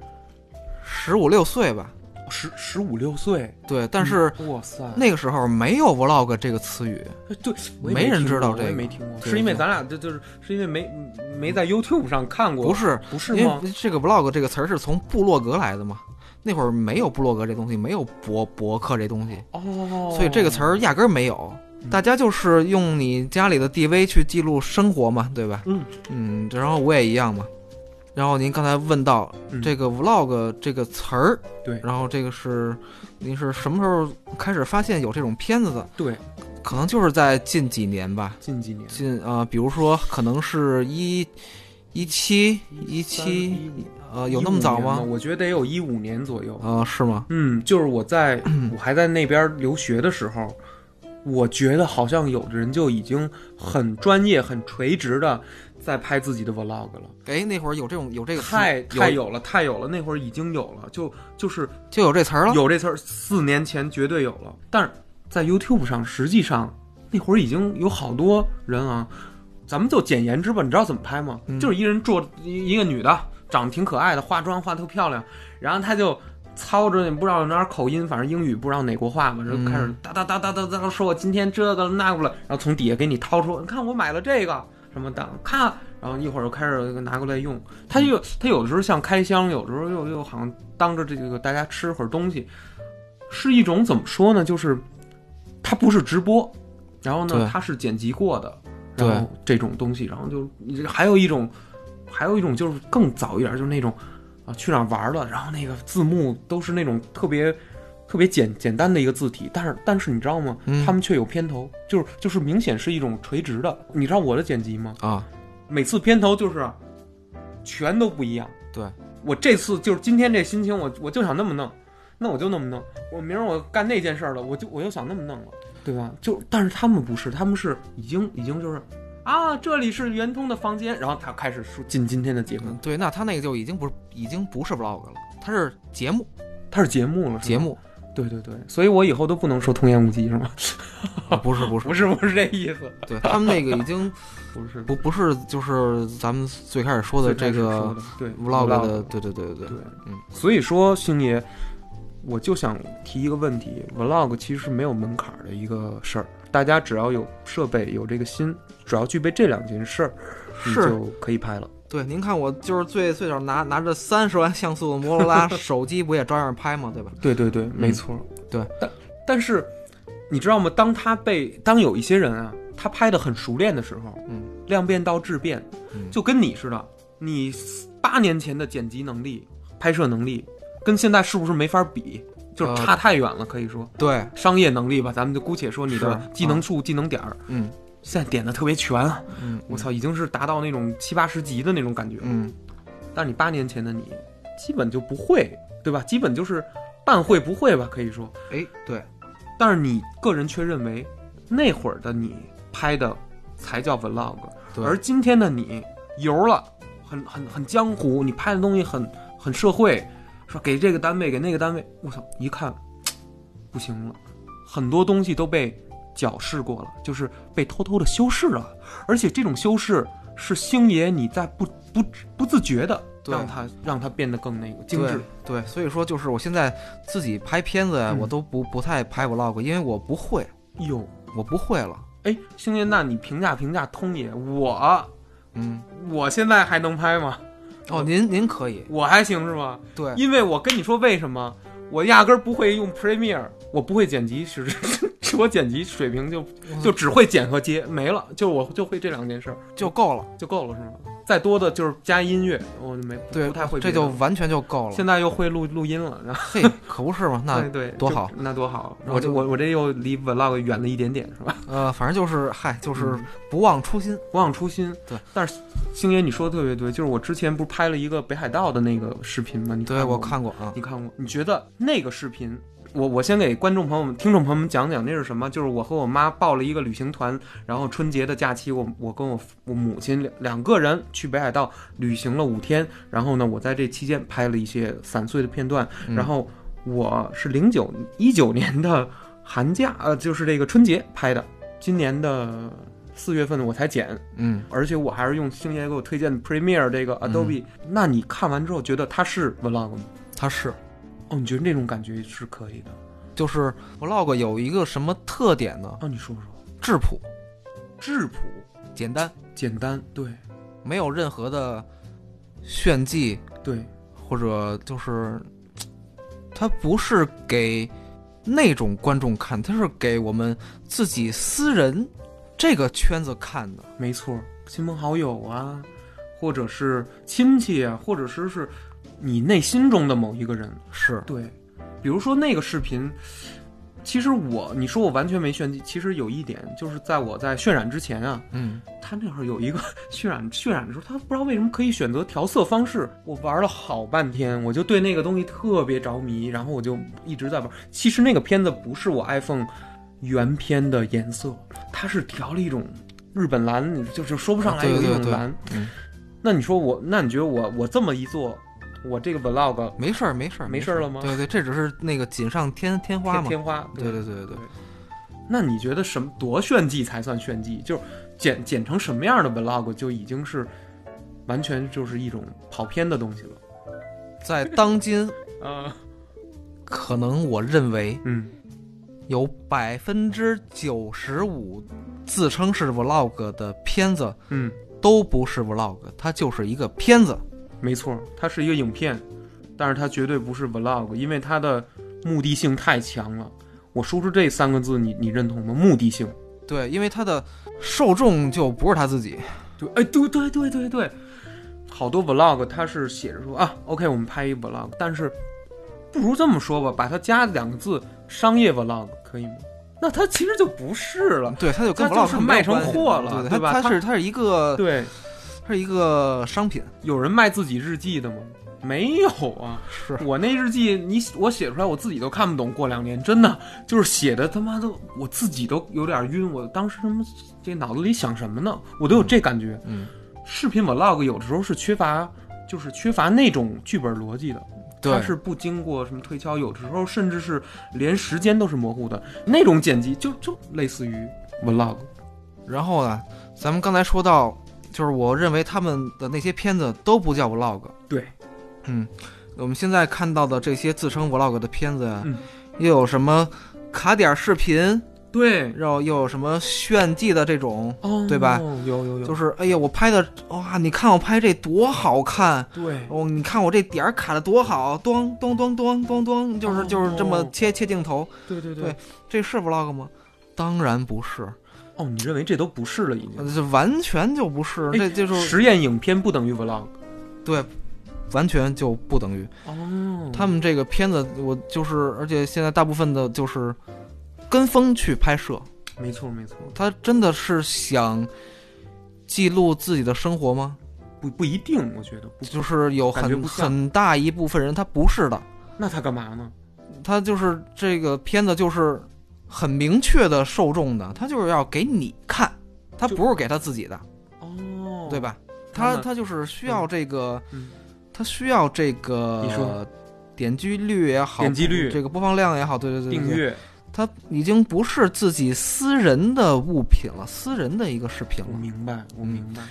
B: 十五六岁吧。
A: 十十五六岁，
B: 对，但是
A: 嗯哇塞，
B: 那个时候没有 vlog 这个词语。
A: 对，我也
B: 没人
A: 听
B: 知道
A: 过
B: 这
A: 我也
B: 个
A: 没听过，
B: 对
A: 是因为
B: 对
A: 咱俩这就是是因为没没在 YouTube 上看过，
B: 不是，
A: 不是
B: 因
A: 吗？
B: 为这个 vlog 这个词儿是从部落格来的嘛。那会儿没有部落格这东西，没有博博客这东西，
A: 哦，嗯
B: 所以这个词儿压根儿没有。大家就是用你家里的 DV 去记录生活嘛，对吧？
A: 嗯
B: 嗯，然后我也一样嘛。然后您刚才问到
A: 嗯
B: 这个 vlog 这个词儿，
A: 对
B: 然后这个是您是什么时候开始发现有这种片子的？
A: 对
B: 可能就是在近几年吧，
A: 近几年
B: 近呃，比如说可能是一一七一七，呃，有那么早
A: 吗？
B: 吗？
A: 我觉得得有一五年左右。
B: 呃，是吗？
A: 嗯，就是我 在我还在那边留学的时候，我觉得好像有的人就已经很专业、很垂直的在拍自己的 vlog 了，
B: 哎，那会儿有这种有这个词
A: 太太
B: 有
A: 有了，太有了，那会儿已经有了，就就是
B: 就有这词儿了。
A: 有这词儿，四年前绝对有了。但是在 YouTube 上，实际上那会儿已经有好多人啊。咱们就简言之吧，你知道怎么拍吗？
B: 嗯
A: 就是一人坐一一个女的，长得挺可爱的，化妆化得特漂亮，然后她就操着不知道哪儿口音，反正英语不知道哪国话吧，
B: 嗯
A: 然后开始哒哒哒哒哒哒说我今天这个了那个了，然后从底下给你掏出，你看我买了这个什么的，看，然后一会儿又开始拿过来用，他又他有的时候像开箱，有的时候又又好像当着这个大家吃会儿东西，是一种怎么说呢？就是它不是直播，然后呢
B: 对，
A: 它是剪辑过的，
B: 对
A: 然后这种东西，然后就还有一种，还有一种就是更早一点，就是那种啊去哪儿玩了，然后那个字幕都是那种特别特别简简单的一个字体，但是但是你知道吗？
B: 嗯
A: 他们却有片头，就是就是明显是一种垂直的。你知道我的剪辑吗？
B: 啊，
A: 每次片头就是全都不一样。
B: 对，
A: 我这次就是今天这心情我，我就想那么弄，那我就那么弄。我明儿我干那件事儿了，我就我又想那么弄了，对吧？就但是他们不是，他们是已经已经就是啊，这里是圆通的房间，然后他开始说进今天的节目
B: 嗯，对，那他那个就已经不是已经不是 vlog 了，它是节目
A: 它是节目了，是
B: 节
A: 吗？
B: 目，
A: 对对对，所以我以后都不能说童言无忌是吗？
B: 不是不是，
A: 不是不是这意思，
B: 对他们那个已 经
A: 不是
B: 不不是就是咱们最开始说的
A: 最开
B: 这
A: 始说
B: 个
A: 的对
B: vlog 的，对对对对对
A: 对，
B: 嗯
A: 所以说星爷，我就想提一个问题，vlog 其实是没有门槛儿的一个事儿，大家只要有设备、有这个心，只要具备这两件事儿，你
B: 是
A: 就可以拍了。
B: 对，您看我就是最最早拿拿着三十万像素的摩托罗 拉手机，不也照样拍吗？对吧？
A: 对对对，没错。
B: 对，
A: 嗯但但是你知道吗？当他被当有一些人啊，他拍的很熟练的时候，
B: 嗯，
A: 量变到质变，
B: 嗯
A: 就跟你似的，你八年前的剪辑能力、拍摄能力，跟现在是不是没法比？就是
B: 呃
A: 差太远了，可以说
B: 对，
A: 商业能力吧，咱们就姑且说你
B: 是
A: 的技能数、技能点儿，
B: 嗯
A: 现在点的特别全啊，
B: 嗯，
A: 我操，已经是达到那种七八十级的那种感觉了。
B: 嗯，
A: 但是你八年前的你，基本就不会，对吧？基本就是半会不会吧，可以说。
B: 哎，对，
A: 但是你个人却认为那会儿的你拍的才叫 vlog，
B: 对
A: 而今天的你油了，很很很江湖，你拍的东西很很社会，说给这个单位给那个单位，我操，一看不行了，很多东西都被矫饰过了，就是被偷偷的修饰了，而且这种修饰是星爷你在不不不自觉的
B: 对
A: 让它让它变得更那个精致，
B: 对，对，所以说就是我现在自己拍片子呀，
A: 嗯
B: 我都不不太拍 vlog，因为我不会，
A: 哟。
B: 我不会了。
A: 哎，星爷，那你评价评价通爷，我
B: 嗯，
A: 我现在还能拍吗？
B: 哦，您您可以，
A: 我还行是吗？
B: 对，
A: 因为我跟你说为什么，我压根儿不会用 Premiere，我不会剪辑，是 是我剪辑水平就就只会剪和接，没了，就我就会这两件事儿
B: 就够了，
A: 就够了是吗？再多的就是加音乐，我就没
B: 对，
A: 不太会别
B: 这
A: 的，
B: 就完全就够了。
A: 现在又会录录音了，然后
B: 嘿，可不 是嘛，那
A: 对对
B: 多好，
A: 就那多好，
B: 我
A: 我
B: 就
A: 这我我这又离 Vlog 远了一点点是吧？
B: 呃，反正就是嗨，就是
A: 嗯
B: 不忘初心。
A: 不忘初心。
B: 对，
A: 但是星爷你说的特别对，就是我之前不是拍了一个北海道的那个视频吗？你
B: 对
A: 过
B: 我
A: 吗，
B: 看过啊，
A: 你看过？你觉得那个视频？我我先给观众朋友们、听众朋友们讲讲那是什么？就是我和我妈报了一个旅行团，然后春节的假期，我我跟我父我母亲两两个人去北海道旅行了五天，然后呢，我在这期间拍了一些散碎的片段，
B: 嗯
A: 然后我是零九一九年的寒假，呃，就是这个春节拍的，今年的四月份我才剪，
B: 嗯，
A: 而且我还是用星爷给我推荐的 Premiere 这个 Adobe、那你看完之后觉得它是 vlog 吗？
B: 他是。
A: 哦，你觉得那种感觉是可以的？
B: 就是 vlog 有一个什么特点呢？
A: 哦，你说说，
B: 质朴、
A: 质朴、
B: 简单，
A: 简单，对
B: 没有任何的炫技，
A: 对，
B: 或者就是它不是给那种观众看，它是给我们自己私人这个圈子看的。
A: 没错，亲朋好友啊，或者是亲戚啊，或者是是你内心中的某一个人，
B: 是，
A: 对，比如说那个视频，其实我你说我完全没炫技，其实有一点就是在我在渲染之前啊，
B: 嗯，
A: 他那会儿有一个 渲染渲染的时候，他不知道为什么可以选择调色方式。我玩了好半天，我就对那个东西特别着迷，然后我就一直在玩。其实那个片子不是我 iPhone 原片的颜色，它是调了一种日本蓝，你就就说不上来
B: 啊对
A: 有一
B: 对
A: 种蓝。
B: 对嗯
A: 那你说我，那你觉得我我这么一做，我这个 vlog
B: 嗯没事儿，没事儿，
A: 没事儿了吗？
B: 对对，这只是那个锦上添添花
A: 天
B: 嘛。
A: 天花，
B: 对对对对对，
A: 那你觉得什么多炫技才算炫技？就是剪剪成什么样的 vlog 就已经是完全就是一种跑偏的东西了。
B: 在当今，
A: 啊，
B: 可能我认为
A: 嗯，
B: 有百分之九十五自称是 vlog 的片子
A: 嗯，
B: 都不是 vlog，它就是一个片子。
A: 没错，它是一个影片，但是它绝对不是 vlog，因为它的目的性太强了。我说出这三个字，你你认同吗？目的性。
B: 对，因为它的受众就不是他自己。
A: 对，哎，对对对对对，好多 vlog 它是写着说啊，OK，我们拍一 vlog，但是不如这么说吧，把它加两个字“商业 vlog” 可以吗？那它其实就不是了。
B: 对，它就跟
A: 它就
B: vlog
A: 是
B: 没有
A: 卖成
B: 关系
A: 货了
B: 对
A: 对吧
B: 它它
A: 它
B: 是它是一个
A: 对，
B: 它是一个商品，
A: 有人卖自己日记的吗？没有啊，
B: 是
A: 我那日记你我写出来我自己都看不懂，过两年真的就是写的他妈都我自己都有点晕，我当时他妈这脑子里想什么呢？我都有这感觉。
B: 嗯，
A: 视频 vlog 有的时候是缺乏，就是缺乏那种剧本逻辑的。它
B: 对，
A: 是不经过什么推敲，有的时候甚至是连时间都是模糊的那种剪辑，就就类似于 vlog。
B: 然后呢，咱们刚才说到，就是我认为他们的那些片子都不叫 vlog。
A: 对，
B: 嗯，我们现在看到的这些自称 vlog 的片子呀，
A: 嗯
B: 又有什么卡点儿视频，
A: 对，
B: 然后又有什么炫技的这种，
A: 哦，
B: 对吧？
A: 有有有，
B: 就是哎呀，我拍的哇，你看我拍这多好看。
A: 对，
B: 哦，你看我这点儿卡的多好，咚咚咚咚咚咚，就是就是这么
A: 哦
B: 切切镜头，
A: 对对
B: 对这是 vlog 吗？当然不是，
A: 哦，你认为这都不是了，已经
B: 呃。这完全就不是，
A: 哎
B: 这就是
A: 实验影片不等于 vlog。
B: 完全就不等于。
A: 哦
B: 他们这个片子，我就是，而且现在大部分的就是跟风去拍摄，
A: 没错没错，
B: 他真的是想记录自己的生活吗？
A: 不不一定，我觉得不。
B: 就是有
A: 感觉
B: 很
A: 不像
B: 很大一部分人他不是的，
A: 那他干嘛呢？
B: 他就是这个片子就是很明确的受众的，他就是要给你看，他
A: 就
B: 不是给他自己的，
A: 哦
B: 对？吧？
A: 他
B: 他
A: 们
B: 他就是需要这个
A: 嗯，
B: 他需要这个
A: 你说
B: 点击率也好，
A: 点击率
B: 这个播放量也好，对对对，对
A: 订，阅，
B: 他已经不是自己私人的物品了，私人的一个视频
A: 我
B: 了。
A: 明白，我
B: 嗯
A: 明白。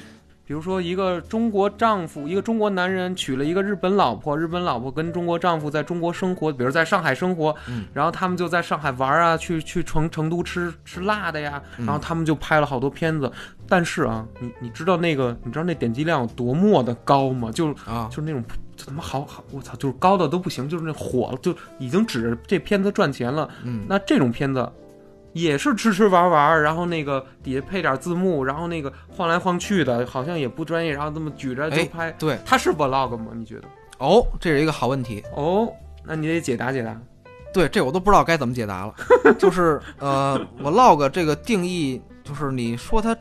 A: 比如说，一个中国丈夫，一个中国男人娶了一个日本老婆，日本老婆跟中国丈夫在中国生活，比如在上海生活，
B: 嗯
A: 然后他们就在上海玩啊，去去成成都吃吃辣的呀，
B: 嗯
A: 然后他们就拍了好多片子。但是啊，你你知道那个，你知道那点击量有多么的高吗？就
B: 啊，
A: 就是那种这他妈好好，我操，就是高的都不行，就是那火了，就已经指着这片子赚钱了。
B: 嗯，
A: 那这种片子也是吃吃玩玩，然后那个底下配点字幕，然后那个晃来晃去的，好像也不专业，然后这么举着就
B: 哎
A: 拍，
B: 对，
A: 它是 vlog 吗？你觉得？
B: 哦，这是一个好问题。
A: 哦，那你得解答解答。
B: 对，这我都不知道该怎么解 答了。就是呃，vlog 这个定义，就是你说它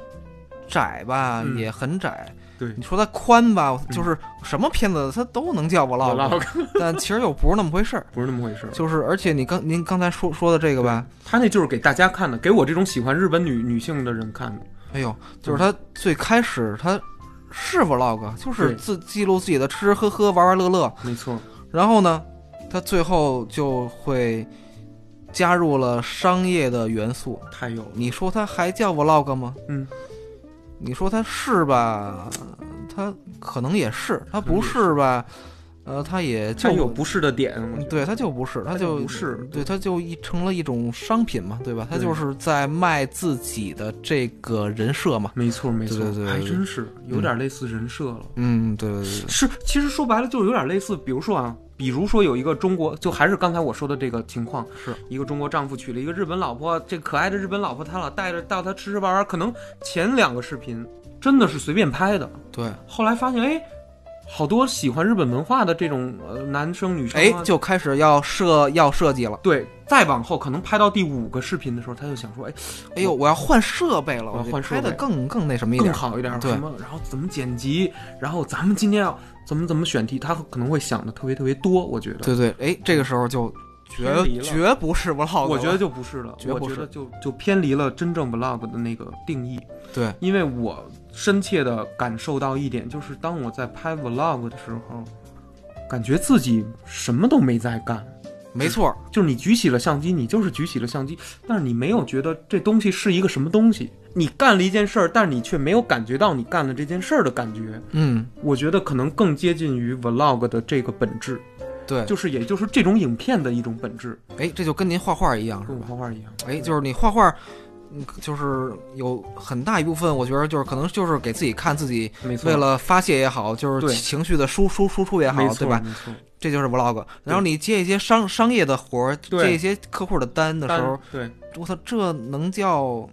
B: 窄吧，
A: 嗯
B: 也很窄；
A: 对
B: 你说它宽吧，
A: 嗯
B: 就是什么片子它都能叫 vlog，,
A: vlog
B: 但其实又不是那么回事儿。
A: 不是那么回事儿，
B: 就是，而且你刚您刚才说说的这个吧，
A: 他那就是给大家看的，给我这种喜欢日本女女性的人看的。
B: 哎呦，就是它最开始它是 vlog，就是
A: 对
B: 自记录自己的吃吃喝喝、玩玩乐乐，
A: 没错，
B: 然后呢，它最后就会加入了商业的元素。
A: 太有了。
B: 你说它还叫 vlog 吗？
A: 嗯，
B: 你说它是吧？它可能也是，它不是吧？呃，它也
A: 它
B: 就
A: 有不是的点，我觉得
B: 嗯对，它就不是，它
A: 它
B: 就
A: 就不是嗯
B: 对，它就一成了一种商品嘛，对吧？它
A: 对
B: 就是在卖自己的这个人设嘛。
A: 没错没错，
B: 对对对对
A: 还
B: 对
A: 真是有点类似人设了。
B: 嗯，对对对对，
A: 是，其实说白了就是有点类似，比如说啊，比如说有一个中国，就还是刚才我说的这个情况，
B: 是
A: 一个中国丈夫娶了一个日本老婆，这可爱的日本老婆，他老带着到他吃吃玩玩，可能前两个视频真的是随便拍的，
B: 对，
A: 后来发现哎，好多喜欢日本文化的这种呃男生女生、啊，
B: 哎，就开始要设要设计了。
A: 对，再往后可能拍到第五个视频的时候，他就想说，哎，
B: 哎呦，我要换设备了，
A: 我要
B: 得
A: 换设
B: 拍的
A: 备
B: 更更那什么一点
A: 更。好一点，
B: 对
A: 什么，然后怎么剪辑，然后咱们今天要怎么怎么选题，他可能会想的特别特别多，我觉得。
B: 对对，哎，这个时候就
A: 偏离
B: 绝
A: 了
B: 绝不是 vlog，
A: 我觉得
B: 了
A: 就不是了，
B: 绝
A: 我
B: 不
A: 觉
B: 是
A: 得就就偏离了真正 vlog 的那个定义，
B: 对，
A: 因为我深切的感受到一点，就是当我在拍 vlog 的时候，感觉自己什么都没在干，
B: 没错儿，
A: 就是你举起了相机，你就是举起了相机，但是你没有觉得这东西是一个什么东西，你干了一件事儿，但是你却没有感觉到你干了这件事儿的感觉，
B: 嗯，
A: 我觉得可能更接近于 vlog 的这个本质，
B: 对，
A: 就是也就是这种影片的一种本质，
B: 哎，这就跟您画画一样是
A: 跟我
B: 吧？
A: 画画一样，
B: 哎，就是你画画，嗯，就是有很大一部分，我觉得就是可能就是给自己看，自己
A: 没错，
B: 为了发泄也好，就
A: 对
B: 是情绪的输输输出也
A: 没
B: 好，
A: 错
B: 对吧？
A: 没错，
B: 这就是 vlog。然后你接一些商商业的活儿，
A: 对
B: 接一些客户的单的时候，
A: 但对。
B: 我操，这能叫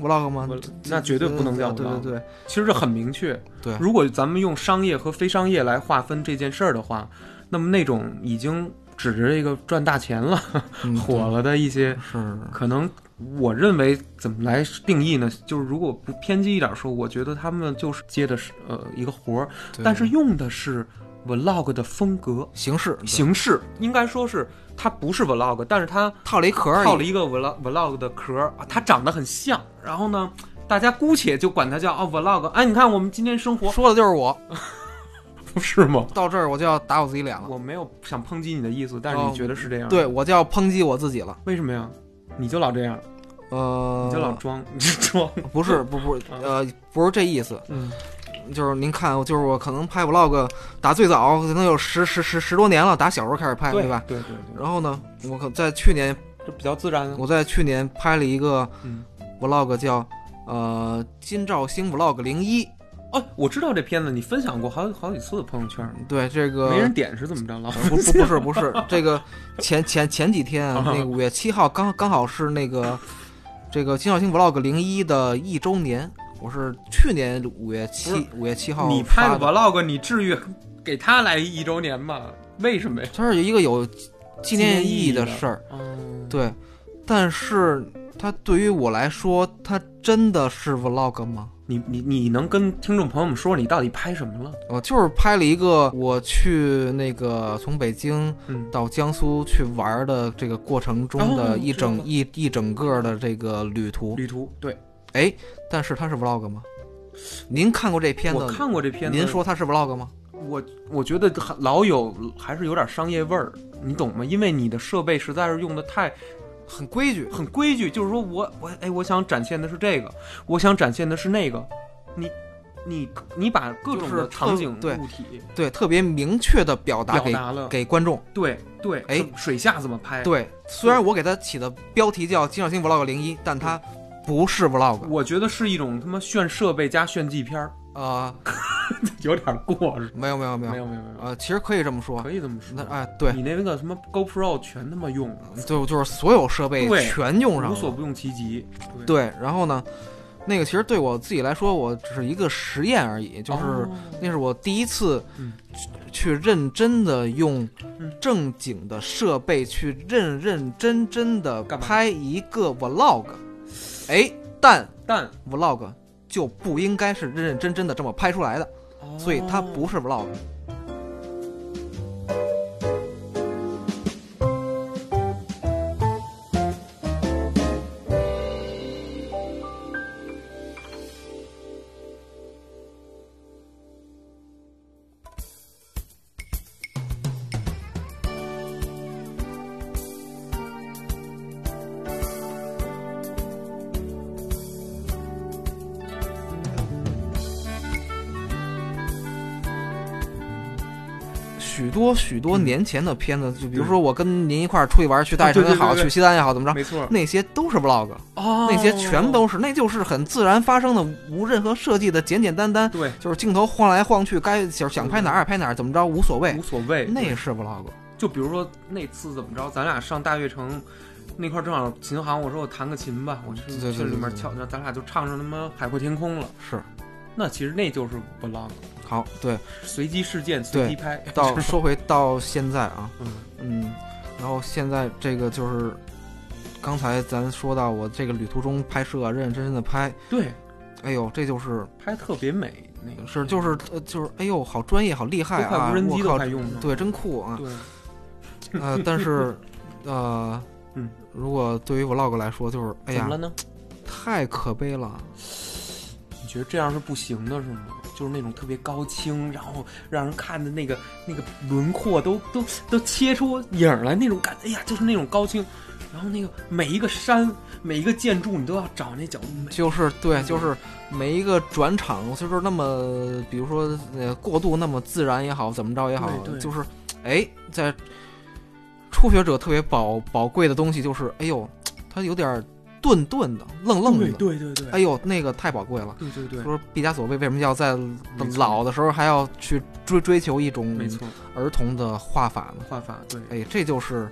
B: vlog 吗
A: 我？
B: 这
A: 那绝对不能叫
B: 对
A: vlog
B: 对对，
A: 其实这很明确。
B: 对
A: 如果咱们用商业和非商业来划分这件事儿的话，那么那种已经指着这个赚大钱了、
B: 嗯
A: 火了的一些，
B: 是
A: 可能我认为怎么来定义呢？就是如果不偏激一点说，我觉得他们就是接的是呃一个活儿，
B: 对
A: 但是用的是 vlog 的风格。
B: 形式
A: 形式应该说是它不是 vlog，但是它
B: 套了一壳儿，
A: 套了一个 vlog vlog 的壳儿啊，它长得很像。然后呢，大家姑且就管它叫哦 vlog。哎，你看我们今天生 活
B: 说的就是我。
A: 不是吗？
B: 到这儿我就要打我自己脸了，
A: 我没有想抨击你的意思，但是
B: 哦
A: 你觉得是这样？
B: 对，我就要抨击我自己了。
A: 为什么呀？你就老这样，
B: 呃，
A: 你就老装，你就装。 啊
B: 不是，不不，呃，不是这意思。
A: 嗯，
B: 就是您看，就是我可能拍 vlog 打最早可能有十十十十多年了，打小时候开始拍，
A: 对
B: 对吧？？
A: 对对对，
B: 然后呢，我可在去年，
A: 这比较自然啊。
B: 我在去年拍了一个
A: 嗯，
B: vlog 叫呃金兆星 vlog 零一，
A: 哦，我知道这片子你分享过好好几次朋友圈，
B: 对这个呃
A: 没人点是怎么着？老
B: 不不不是不是，这个前前前几天 啊，那个五月七号刚刚好是那个这个金小星 vlog 零一的一周年，我是去年五月
A: 不
B: 七
A: 是
B: 五月七号
A: 你拍
B: 发的
A: vlog，你至于给他来一周年吗？为什么呀？
B: 它是一个有纪念意义的事儿，
A: 嗯，
B: 对，但是它对于我来说，它真的是 vlog 吗？
A: 你你你能跟听众朋友们说你到底拍什么了？
B: 我呃就是拍了一个我去那个从北京
A: 嗯，
B: 到江苏去玩的这个过程中
A: 哦
B: 的一
A: 知道
B: 整、
A: 了
B: 一一整个的这个旅途，
A: 旅途。对，
B: 哎，但是它是 vlog 吗？您看过这片子？
A: 我看过这片子。
B: 您说它是 vlog 吗？
A: 我我觉得很老有还是有点商业味儿，你懂吗？因为你的设备实在是用的太
B: 很规矩，
A: 很规矩，就是说我我哎，我想展现的是这个，我想展现的是那个，你你你把各种
B: 就是
A: 的
B: 特
A: 场景
B: 对
A: 物体
B: 对，特别明确的表达
A: 表
B: 给
A: 达了，
B: 给观众。
A: 对对，
B: 哎
A: 怎么水下怎么拍？，
B: 对，虽然我给它起的标题叫《金小星 vlog 零一》，但它不是 vlog，
A: 我觉得是一种他妈炫设备加炫技片儿，
B: 呃，
A: 有点过是吧？
B: 没有没有没
A: 没
B: 有，
A: 有没有没有，
B: 呃，其实可以这么说
A: 可，以这么说
B: 那。哎对，
A: 你那个什么 GoPro 全他妈用了，
B: 就就是所有设备
A: 对
B: 全用上
A: 无
B: 了，
A: 所不用其极。
B: 对，然后呢，那个其实对我自己来说，我只是一个实验而已，就是、
A: 哦
B: 那是我第一次
A: 嗯
B: 去,、认真的用
A: 嗯
B: 正经的设备去认认真真的
A: 干嘛
B: 拍一个 vlog，哎，但
A: 但
B: vlog 就不应该是认认真真的这么拍出来的，
A: 哦
B: 所以它不是 vlog。许多许多年前的片子，就比如说我跟您一块儿出去玩，去大
A: 啊嗯
B: 悦
A: 对
B: 城也
A: 对对
B: 好，
A: 对
B: 去西单也好，怎么着，
A: 没错，
B: 那些都是 vlog。
A: 哦
B: 啊那些全都是，那就是很自然发生的，无任何设计的，简简单单，
A: 对，
B: 就是镜头晃来晃去，该想想拍哪儿拍哪儿，怎么着无所谓
A: 无。所谓。
B: 哎那是 vlog，
A: 就比如说那次怎么着，咱俩上大悦城那块儿正好琴行，我说我弹个琴吧，我去
B: 对对
A: 去
B: 对
A: 里面
B: 对
A: 敲，那咱俩就唱上他妈《海阔天空》了。
B: 是
A: 那其实那就是 vlog，
B: 好 对。
A: 随机事件随机拍。
B: 到说回到现在啊，
A: 嗯
B: 嗯，然后现在这个就是刚才咱说到我这个旅途中拍摄，认认真真的拍，
A: 对，
B: 哎呦，这就是
A: 拍特别美，那个
B: 是就是呃就是哎呦，好专业，好厉害
A: 都快
B: 啊！
A: 无人机
B: 我
A: 都
B: 靠
A: 快，用上。
B: 对，真酷啊！
A: 对，
B: 呃，但是呃，
A: 嗯，
B: 如果对于 vlog 来说，就是
A: 怎
B: 哎呀
A: 么了，呢？
B: 太可悲了。
A: 你觉得这样是不行的，是吗？就是那种特别高清，然后让人看的那个那个轮廓都都都切出影儿来那种感，哎呀，就是那种高清。然后那个每一个山，每一个建筑，你都要找那角度美。
B: 就是对，
A: 嗯
B: 就是每一个转场，就是那么，比如说呃过渡那么自然也好，怎么着也好，
A: 对对
B: 就是哎，在初学者特别宝宝贵的东西，就是哎呦，它有点顿顿的、愣愣的，
A: 对对对对，
B: 哎呦，那个太宝贵了。
A: 对对对，
B: 说毕加索为为什么要在
A: 没错
B: 老的时候还要去追追求一种
A: 没错，
B: 儿童的画法呢？
A: 画法对
B: 哎，这就是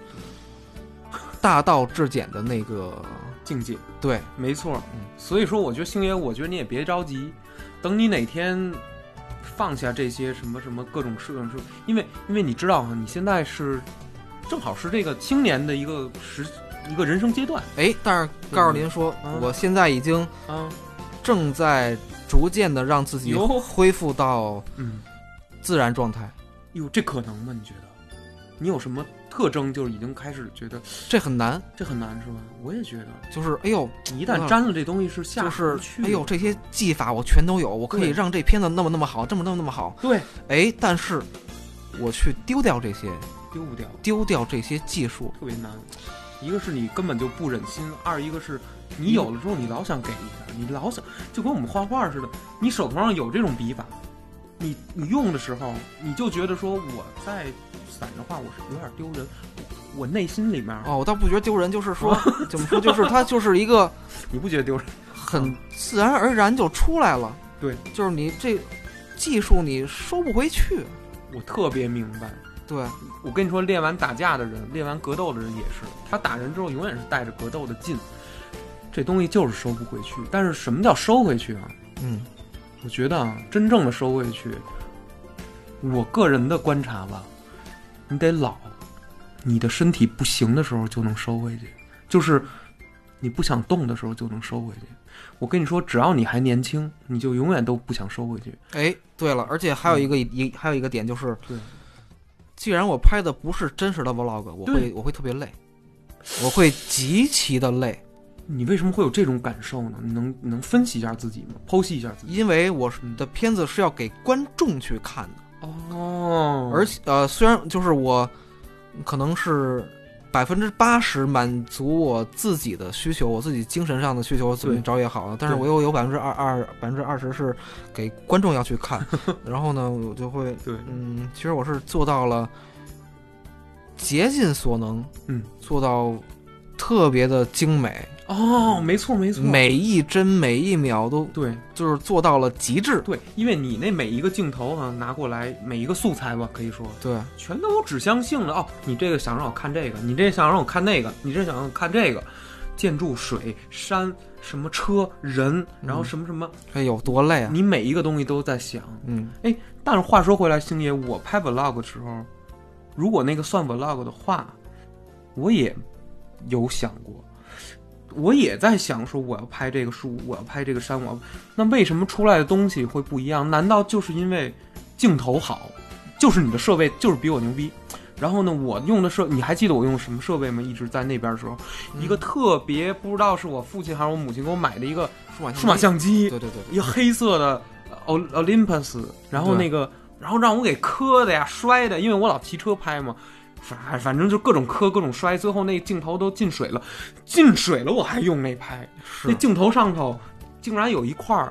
B: 大道至简的那个
A: 境界，
B: 对。
A: 没错
B: 嗯。
A: 所以说，我觉得星爷，我觉得你也别着急，等你哪天放下这些什么什么各种事情，是因为因为你知道哈，啊你现在是正好是这个青年的一个时一个人生阶段
B: 哎，但是告诉您说，
A: 嗯
B: 我现在已经
A: 啊，
B: 正在逐渐的让自己
A: 哟
B: 恢复到
A: 嗯，
B: 自然状态，
A: 哟，这可能吗？你觉得？你有什么特征就是已经开始觉得
B: 这很难。
A: 这很难是吧？我也觉得，
B: 就是哎呦，
A: 你一旦
B: 嗯
A: 沾了这东西是下
B: 就
A: 不
B: 是
A: 去的。
B: 哎呦，这些技法我全都有，我可以
A: 对
B: 让这片子那么那么好，这么那么那么好。
A: 对，
B: 哎，但是我去丢掉这些，
A: 丢不掉，
B: 丢掉这些技术，
A: 特别难。一个是你根本就不忍心，二一个是你有了之后你老想给一点，你老想就跟我们画画似的，你手头上有这种笔法，你你用的时候，你就觉得说我在散的话，我是有点丢人，我内心里面、
B: 哦，我倒不觉得丢人，就是说
A: 哦
B: 怎么说，就是它就是一个
A: 你不觉得丢人？
B: 很自然而然就出来了。
A: 对，
B: 就是你这技术你收不回去。
A: 我特别明白。
B: 对，
A: 我跟你说，练完打架的人，练完格斗的人也是，他打人之后永远是带着格斗的劲，这东西就是收不回去。但是什么叫收回去啊？
B: 嗯，
A: 我觉得啊，真正的收回去，我个人的观察吧，你得老，你的身体不行的时候就能收回去，就是你不想动的时候就能收回去。我跟你说，只要你还年轻，你就永远都不想收回去。
B: 哎，对了，而且还有一个一还有一个点就是
A: 嗯对，
B: 既然我拍的不是真实的 vlog，我
A: 对
B: 会我会特别累，我会极其的累。
A: 你为什么会有这种感受呢？你能你能分析一下自己吗？剖析一下自己？
B: 因为我是的片子是要给观众去看的，
A: 哦
B: 而且呃，虽然就是我可能是百分之八十满足我自己的需求，我自己精神上的需求，我怎么
A: 对
B: 找也好啊，但是
A: 对
B: 我又有百分之二二百分之二十是给观众要去 看，然后呢，我就会
A: 对，
B: 嗯，其实我是做到了竭尽所能，
A: 嗯，
B: 做到特别的精美，
A: 哦，没错没错，
B: 每一帧每一秒都
A: 对
B: 就是做到了极致，
A: 对，因为你那每一个镜头啊拿过来，每一个素材吧，可以说
B: 对。
A: 全都有指向性的哦。你这个想让我看这个，你这想让我看那个，你这想让我看这个，建筑、水、山、什么车、人，然后什么什么，
B: 哎，有多累啊！
A: 你每一个东西都在想。
B: 嗯，
A: 但是话说回来，星爷，我拍 vlog 的时候，如果那个算 vlog 的话，我也有想过，我也在想说我要拍这个树，我要拍这个山，我要那为什么出来的东西会不一样？难道就是因为镜头好，就是你的设备就是比我牛逼？然后呢，我用的设，你还记得我用什么设备吗？一直在那边的时候，一个特别不知道是我父亲还是我母亲给我买的一个
B: 数码
A: 数码
B: 相
A: 相机，
B: 机，对对对对，
A: 一个黑色的呃 Ol- Olympus，然后那个，然后让我给磕的呀，摔的，因为我老骑车拍嘛，反反正就各种磕，各种摔，最后那镜头都进水了，进水了我还用那拍，那
B: 是
A: 镜头上头竟然有一块儿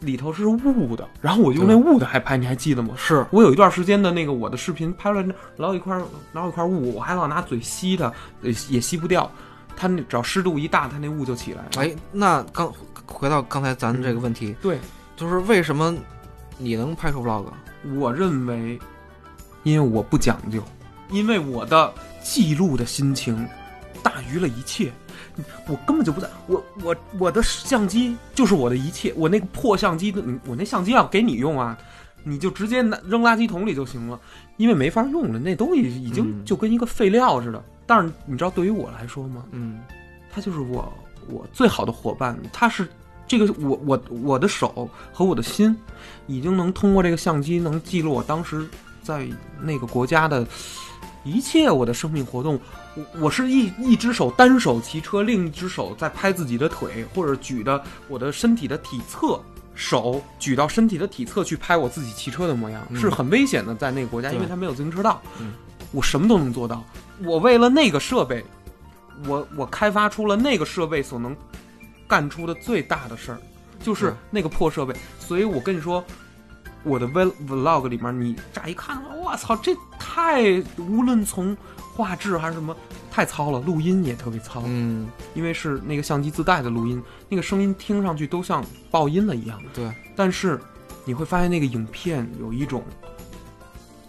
A: 里头是雾的，然后我就用那雾的还拍，你还记得吗？
B: 是，
A: 我有一段时间的那个我的视频拍出来那老有一块老有一块雾，我还老拿嘴吸它，呃也吸不掉，它那只要湿度一大，它那雾就起来了。
B: 哎，那刚回到刚才咱这个问题，
A: 对，
B: 就是为什么你能拍出 vlog？
A: 我认为，因为我不讲究，因为我的记录的心情大于了一切。我根本就不在，我我我的相机就是我的一切，我那个破相机的，嗯我那相机要给你用啊，你就直接拿扔垃圾桶里就行了，因为没法用了，那东西已经
B: 嗯
A: 就跟一个废料似的。但是你知道，对于我来说吗？
B: 嗯，
A: 他就是我我最好的伙伴，他是这个我我我的手和我的心，已经能通过这个相机能记录我当时在那个国家的一切我的生命活动。我我是一一只手单手骑车，另一只手在拍自己的腿，或者举着我的身体的体侧。手举到身体的体侧去拍我自己骑车的模样，
B: 嗯
A: 是很危险的，在那个国家，
B: 对
A: 因为它没有自行车道。
B: 嗯
A: 我什么都能做到，我为了那个设备，我我开发出了那个设备所能干出的最大的事儿，就是
B: 嗯
A: 那个破设备。所以我跟你说，我的 vlog vlog 里面，你乍一看，我操，这太无论从画质还是什么，太糙了，录音也特别糙，
B: 嗯，
A: 因为是那个相机自带的录音，那个声音听上去都像爆音了一样。
B: 对，
A: 但是你会发现那个影片有一种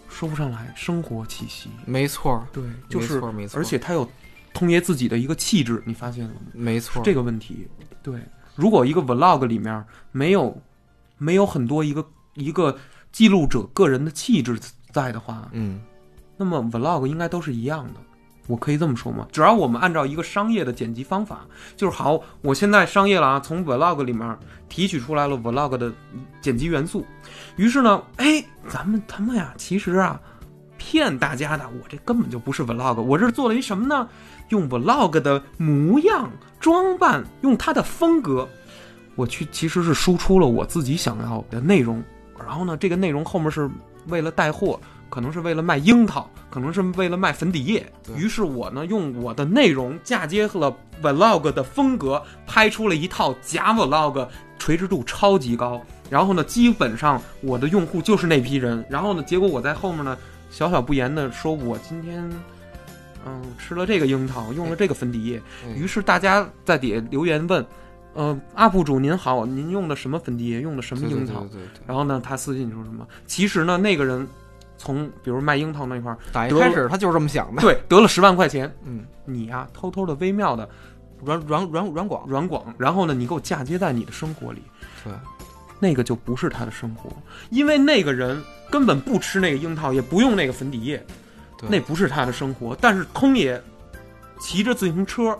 A: 说不上来生活气息，
B: 没错儿，
A: 对，就是
B: 没错儿，没错儿，
A: 而且他有通爷自己的一个气质，你发现了吗？
B: 没错儿，
A: 这个问题，对，如果一个 vlog 里面没有没有很多一个一个记录者个人的气质在的话，
B: 嗯，
A: 那么 vlog 应该都是一样的。我可以这么说吗？只要我们按照一个商业的剪辑方法，就是好，我现在商业了啊，从 vlog 里面提取出来了 vlog 的剪辑元素，于是呢，哎，咱们他妈呀，其实啊，骗大家的，我这根本就不是 vlog，我这做了一什么呢？用 vlog 的模样、装扮，用它的风格，我去其实是输出了我自己想要的内容，然后呢，这个内容后面是为了带货，可能是为了卖樱桃，可能是为了卖粉底液。
B: 对
A: 于是我呢，用我的内容嫁接了 vlog 的风格，拍出了一套假 vlog，垂直度超级高。然后呢，基本上我的用户就是那批人。然后呢，结果我在后面呢，小小不言的说，我今天，嗯，吃了这个樱桃，用了这个粉底液。
B: 嗯
A: 于是大家在底下留言问，呃，UP 主您好，您用的什么粉底液？用的什么
B: 对对
A: 樱
B: 对
A: 桃？
B: 对对
A: 然后呢，他私信说什么？其实呢，那个人从比如卖樱桃那块儿，
B: 打一
A: 得
B: 开
A: 了
B: 始他就是这么想的，
A: 对，得了十万块钱，
B: 嗯，
A: 你呀、偷偷的微妙的
B: 软软软软广，
A: 软广，然后呢，你给我嫁接在你的生活里，
B: 对，
A: 那个就不是他的生活，因为那个人根本不吃那个樱桃，也不用那个粉底液，
B: 对
A: 那不是他的生活。但是通爷骑着自行车，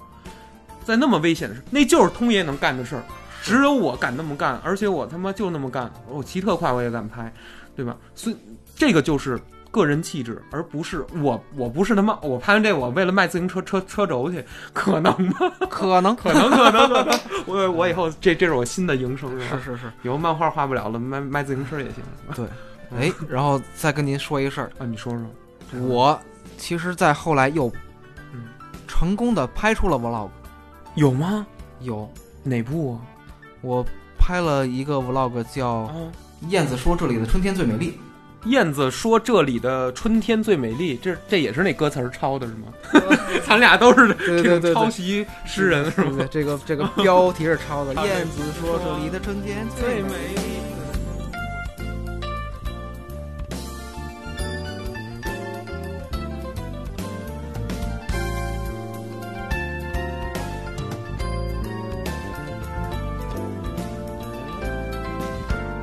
A: 在那么危险的时候，那就是通爷能干的事儿，只有我敢那么干，而且我他妈就那么干，我骑特快我也敢拍，对吧？所以这个就是。个人气质，而不是我，我不是他妈，我拍完这我为了卖自行车车车轴去，可能吗？
B: 可能
A: 可能，可能， 可能。我我以后这这是我新的营生，吧
B: 是是是，
A: 以后漫画画不了了，卖卖自行车也行
B: 哎，然后再跟您说一事儿，
A: 啊。你说说，
B: 我其实，在后来又
A: 嗯
B: 成功的拍出了 vlog，
A: 有吗？
B: 有
A: 哪部啊？
B: 我拍了一个 vlog 叫
A: 啊，
B: 《燕子说这里的春天最美丽
A: 燕子说这里的春天最美丽，这这也是那歌词儿抄的是 吗？咱俩都是这
B: 对对对对
A: 种抄袭》，诗人是
B: 对
A: 吗
B: 不？对？这个 这个标题是抄的，《
A: 啊
B: 燕子说这里的春天最
A: 最
B: 美丽
A: 美丽。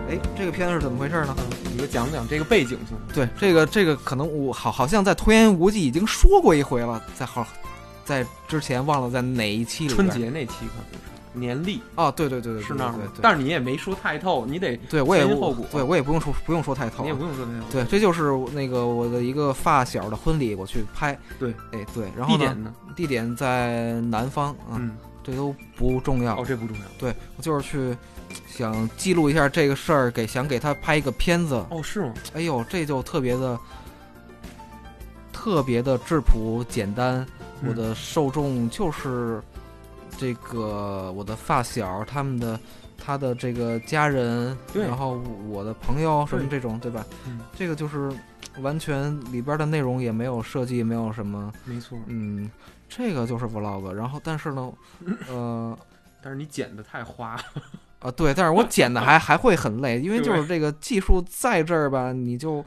B: 哎，这个片子是怎么回事呢？
A: 你就讲讲这个背景行吗？
B: 对，这个这个可能我好好像在《拖延无忌》已经说过一回了，在好在之前忘了在哪一期里边
A: 春节那期可能是年历
B: 哦，对对对对，
A: 是
B: 对
A: 那儿
B: 对
A: 吗？
B: 对，
A: 但是你也没说太透，你得
B: 对我也
A: 前因
B: 不
A: 后果
B: 对我也不用说不用说太透
A: 你也
B: 啊，
A: 不用说太透。
B: 对，这就是那个我的一个发小的婚礼，我去拍。
A: 对，
B: 哎对，然后
A: 地
B: 呢，
A: 点呢？
B: 地点在南方啊，
A: 嗯，
B: 这都不重要。
A: 哦，这不重要。
B: 对我就是去想记录一下这个事儿，给想给他拍一个片子。
A: 哦，是吗？
B: 哎呦，这就特别的特别的质朴简单。
A: 嗯
B: 我的受众就是这个我的发小，他们的他的这个家人，
A: 对
B: 然后我的朋友什么这种，对吧？
A: 嗯
B: 这个就是完全里边的内容也没有设计，没有什么，
A: 没错。
B: 嗯，这个就是 vlog。然后，但是呢，呃。
A: 但是你剪的太花 了，
B: 啊，对，但是我剪的还 还会很累，因为就是这个技术在这儿吧，你就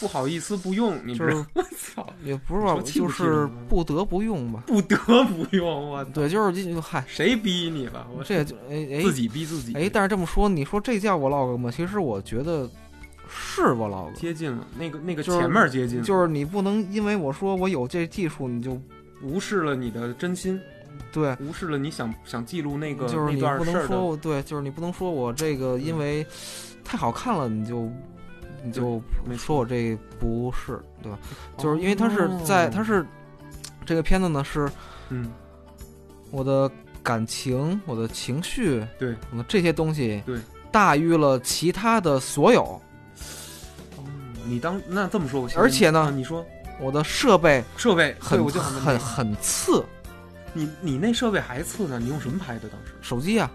A: 不好意思不用，你
B: 就
A: 知道
B: 是
A: 我操，
B: 也不是
A: 你
B: 吧，
A: 说气
B: 就
A: 不气人
B: 是
A: 啊
B: 不得不用吧。
A: 不得不用我操，
B: 对，就是就嗨，
A: 谁逼你了？我
B: 这也就哎哎
A: 自己逼自己，
B: 哎，但是这么说，你说这叫 vlog 吗？其实我觉得是 vlog，
A: 接近了，那个那个
B: 就是
A: 前面接近了，
B: 就是你不能因为我说我有这技术，你就
A: 无视了你的真心，
B: 对，
A: 无视了你想想记录那个
B: 就是
A: 那
B: 你
A: 段
B: 不
A: 事
B: 能
A: 儿
B: 说
A: 的，
B: 我对，就是你不能说我这个因为太好看了，你就你就
A: 没错
B: 说我这不是，对吧？就是因为它
A: 哦
B: 是在，它是这个片子呢是
A: 嗯，
B: 我的感情、我的情绪，
A: 对，
B: 我的这些东西，
A: 对，
B: 大于了其他的所有。
A: 哦你当那这么说，我
B: 而且呢
A: 啊你说
B: 我的设备
A: 设备，对
B: 很
A: 我就想问
B: 很
A: 你啊
B: 很次，
A: 你你那设备还次呢，你用什么拍的当时？
B: 手机啊，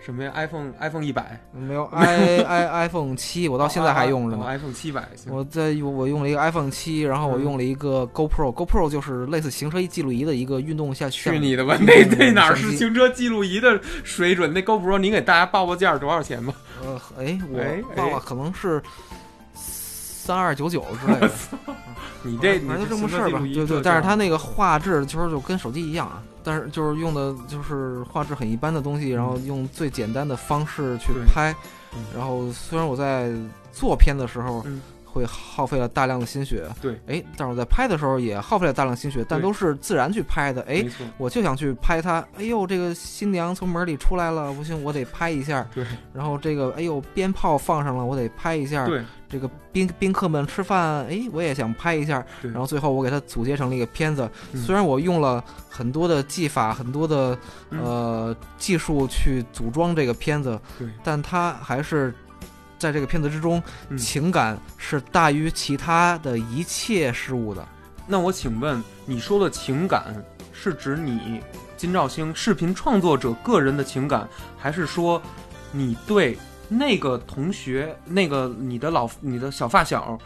A: 什么呀？iPhone iPhone 一百，
B: 没有 i i iPhone 七，我到现在还用着呢。
A: 啊，iPhone 七百，行
B: 我在我用了一个 iPhone 七，然后我
A: 哦嗯
B: 用了一个 GoPro，GoPro 就是类似行车记录仪的一个运动下项
A: 去
B: 目
A: 你的吧！
B: 嗯
A: 那那哪儿
B: 手
A: 是
B: 机
A: 行车记录仪的水准？那 GoPro，您给大家报报价多少钱吧？
B: 呃，哎，
A: 哎
B: 我
A: 哎
B: 忘了，可能是三二九九之类 的，
A: 你这
B: 反正
A: 你
B: 就这
A: 行
B: 么事
A: 车
B: 儿
A: 记
B: 吧。
A: 录仪
B: 对
A: 这
B: 对，但是
A: 叫
B: 它那个画质其实就跟手机一样啊，但是就是用的就是画质很一般的东西，然后用最简单的方式去
A: 嗯对
B: 拍
A: 嗯。
B: 然后虽然我在做片的时候
A: 嗯
B: 会耗费了大量的心血，
A: 对，
B: 哎，但是我在拍的时候也耗费了大量心血，但
A: 对
B: 都是自然去拍的，哎
A: 没。错，
B: 我就想去拍它，哎呦，这个新娘从门里出来了，不行，我得拍一下。
A: 对
B: 然后这个，哎呦，鞭炮放上了，我得拍一下。
A: 对，
B: 这个宾宾客们吃饭，哎，我也想拍一下。
A: 对
B: 然后最后我给它组接成了一个片子，
A: 嗯
B: 虽然我用了很多的技法、很多的
A: 嗯
B: 呃技术去组装这个片子，
A: 对
B: 但它还是。在这个片子之中，
A: 嗯
B: 情感是大于其他的一切事物的。
A: 那我请问，你说的情感是指你金兆星视频创作者个人的情感，还是说你对那个同学、那个你的老、你的小发小，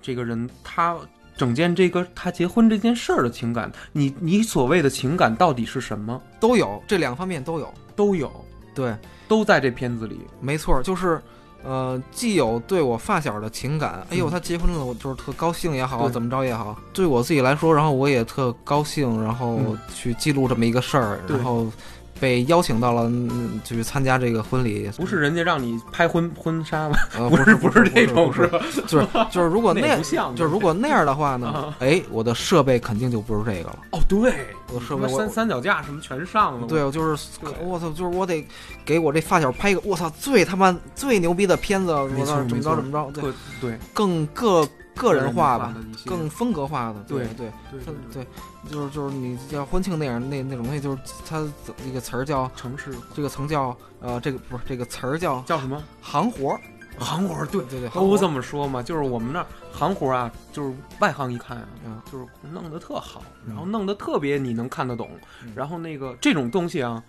A: 这个人他整件这个他结婚这件事儿的情感，你你所谓的情感到底是什么？
B: 都有这两方面都有。
A: 都有，
B: 对，
A: 都在这片子里。
B: 没错，就是呃，既有对我发小的情感，哎
A: 嗯
B: 呦，他结婚了，我就是特高兴也好，
A: 对
B: 怎么着也好，对我自己来说，然后我也特高兴，然后
A: 嗯
B: 去记录这么一个事儿，
A: 对
B: 然后被邀请到了嗯去参加这个婚礼，
A: 不是人家让你拍婚婚纱吗？
B: 呃，
A: 不
B: 是
A: 不
B: 是
A: 这种，
B: 不是
A: 吧？
B: 就是就是如果
A: 那
B: 那
A: 也不像
B: 就是如果那样的话呢
A: 啊，
B: 哎，我的设备肯定就不是这个了，
A: 哦，对，
B: 我的设
A: 什
B: 备
A: 么
B: 我
A: 三三脚架什么全上了。
B: 对，我就是
A: 对
B: 我操，就是我得给我这发小拍一个，我操，最他妈最牛逼的片子，我
A: 没错
B: 操，怎
A: 没
B: 么
A: 错
B: 着怎么着，对，
A: 特对
B: 更个个人化吧
A: 的，一些，
B: 更风格化的，
A: 对
B: 对
A: 对
B: 它
A: 对对
B: 对，就是就是你像婚庆那样那那种东西，就是它那个词儿叫
A: 城市
B: 这个层叫呃这个不是这个词儿叫
A: 叫什么？
B: 行活儿，
A: 行活儿对。
B: 对对，行活
A: 都
B: 儿
A: 这么说嘛，就是我们那儿行活儿啊，就是外行一看啊，
B: 嗯
A: 就是弄得特好，
B: 嗯
A: 然后弄得特别你能看得懂，
B: 嗯
A: 然后那个这种东西啊，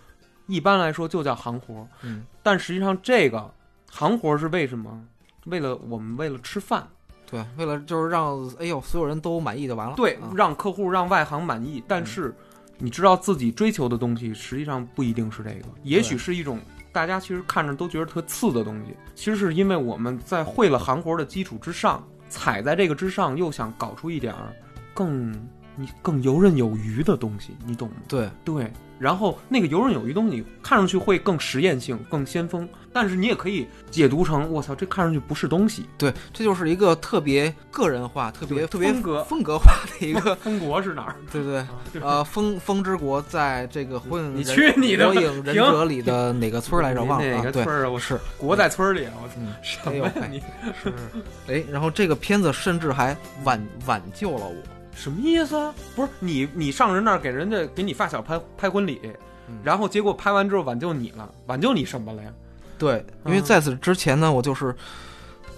A: 一般来说就叫行活儿，
B: 嗯
A: 但实际上这个行活儿是为什么？为了我们为了吃饭，
B: 对，为了就是让哎呦所有人都满意就完了，
A: 对，
B: 啊
A: 让客户让外行满意，
B: 嗯
A: 但是你知道自己追求的东西实际上不一定是这个，也许是一种。大家其实看着都觉得特次的东西，其实是因为我们在会了行活的基础之上，踩在这个之上，又想搞出一点儿更你更游刃有余的东西，你懂吗？
B: 对
A: 对，然后那个游刃有余东西看上去会更实验性、更先锋，但是你也可以解读成我操，这看上去不是东西，
B: 对，这就是一个特别个人化、特别
A: 对
B: 特别
A: 风格
B: 风格化的一个，
A: 中国是哪儿？
B: 对对。
A: 啊对
B: 呃，风风之国在这个火影
A: 你
B: 忍
A: 去你的
B: 火影
A: 停
B: 忍者里的哪个村儿来着？忘了
A: 哪
B: 啊。
A: 个
B: 对
A: 村，儿啊？我
B: 是
A: 国在村儿里，啊我操！
B: 嗯，
A: 什
B: 哎
A: 么
B: 呦
A: 呀
B: 喂
A: 你
B: 是哎，然后这个片子甚至还挽挽救了我。
A: 什么意思啊？不是你你上人那儿给人家给你发小拍拍婚礼
B: 嗯，
A: 然后结果拍完之后挽救你了，挽救你什么了呀？
B: 对，因为
A: 嗯
B: 在此之前呢，我就是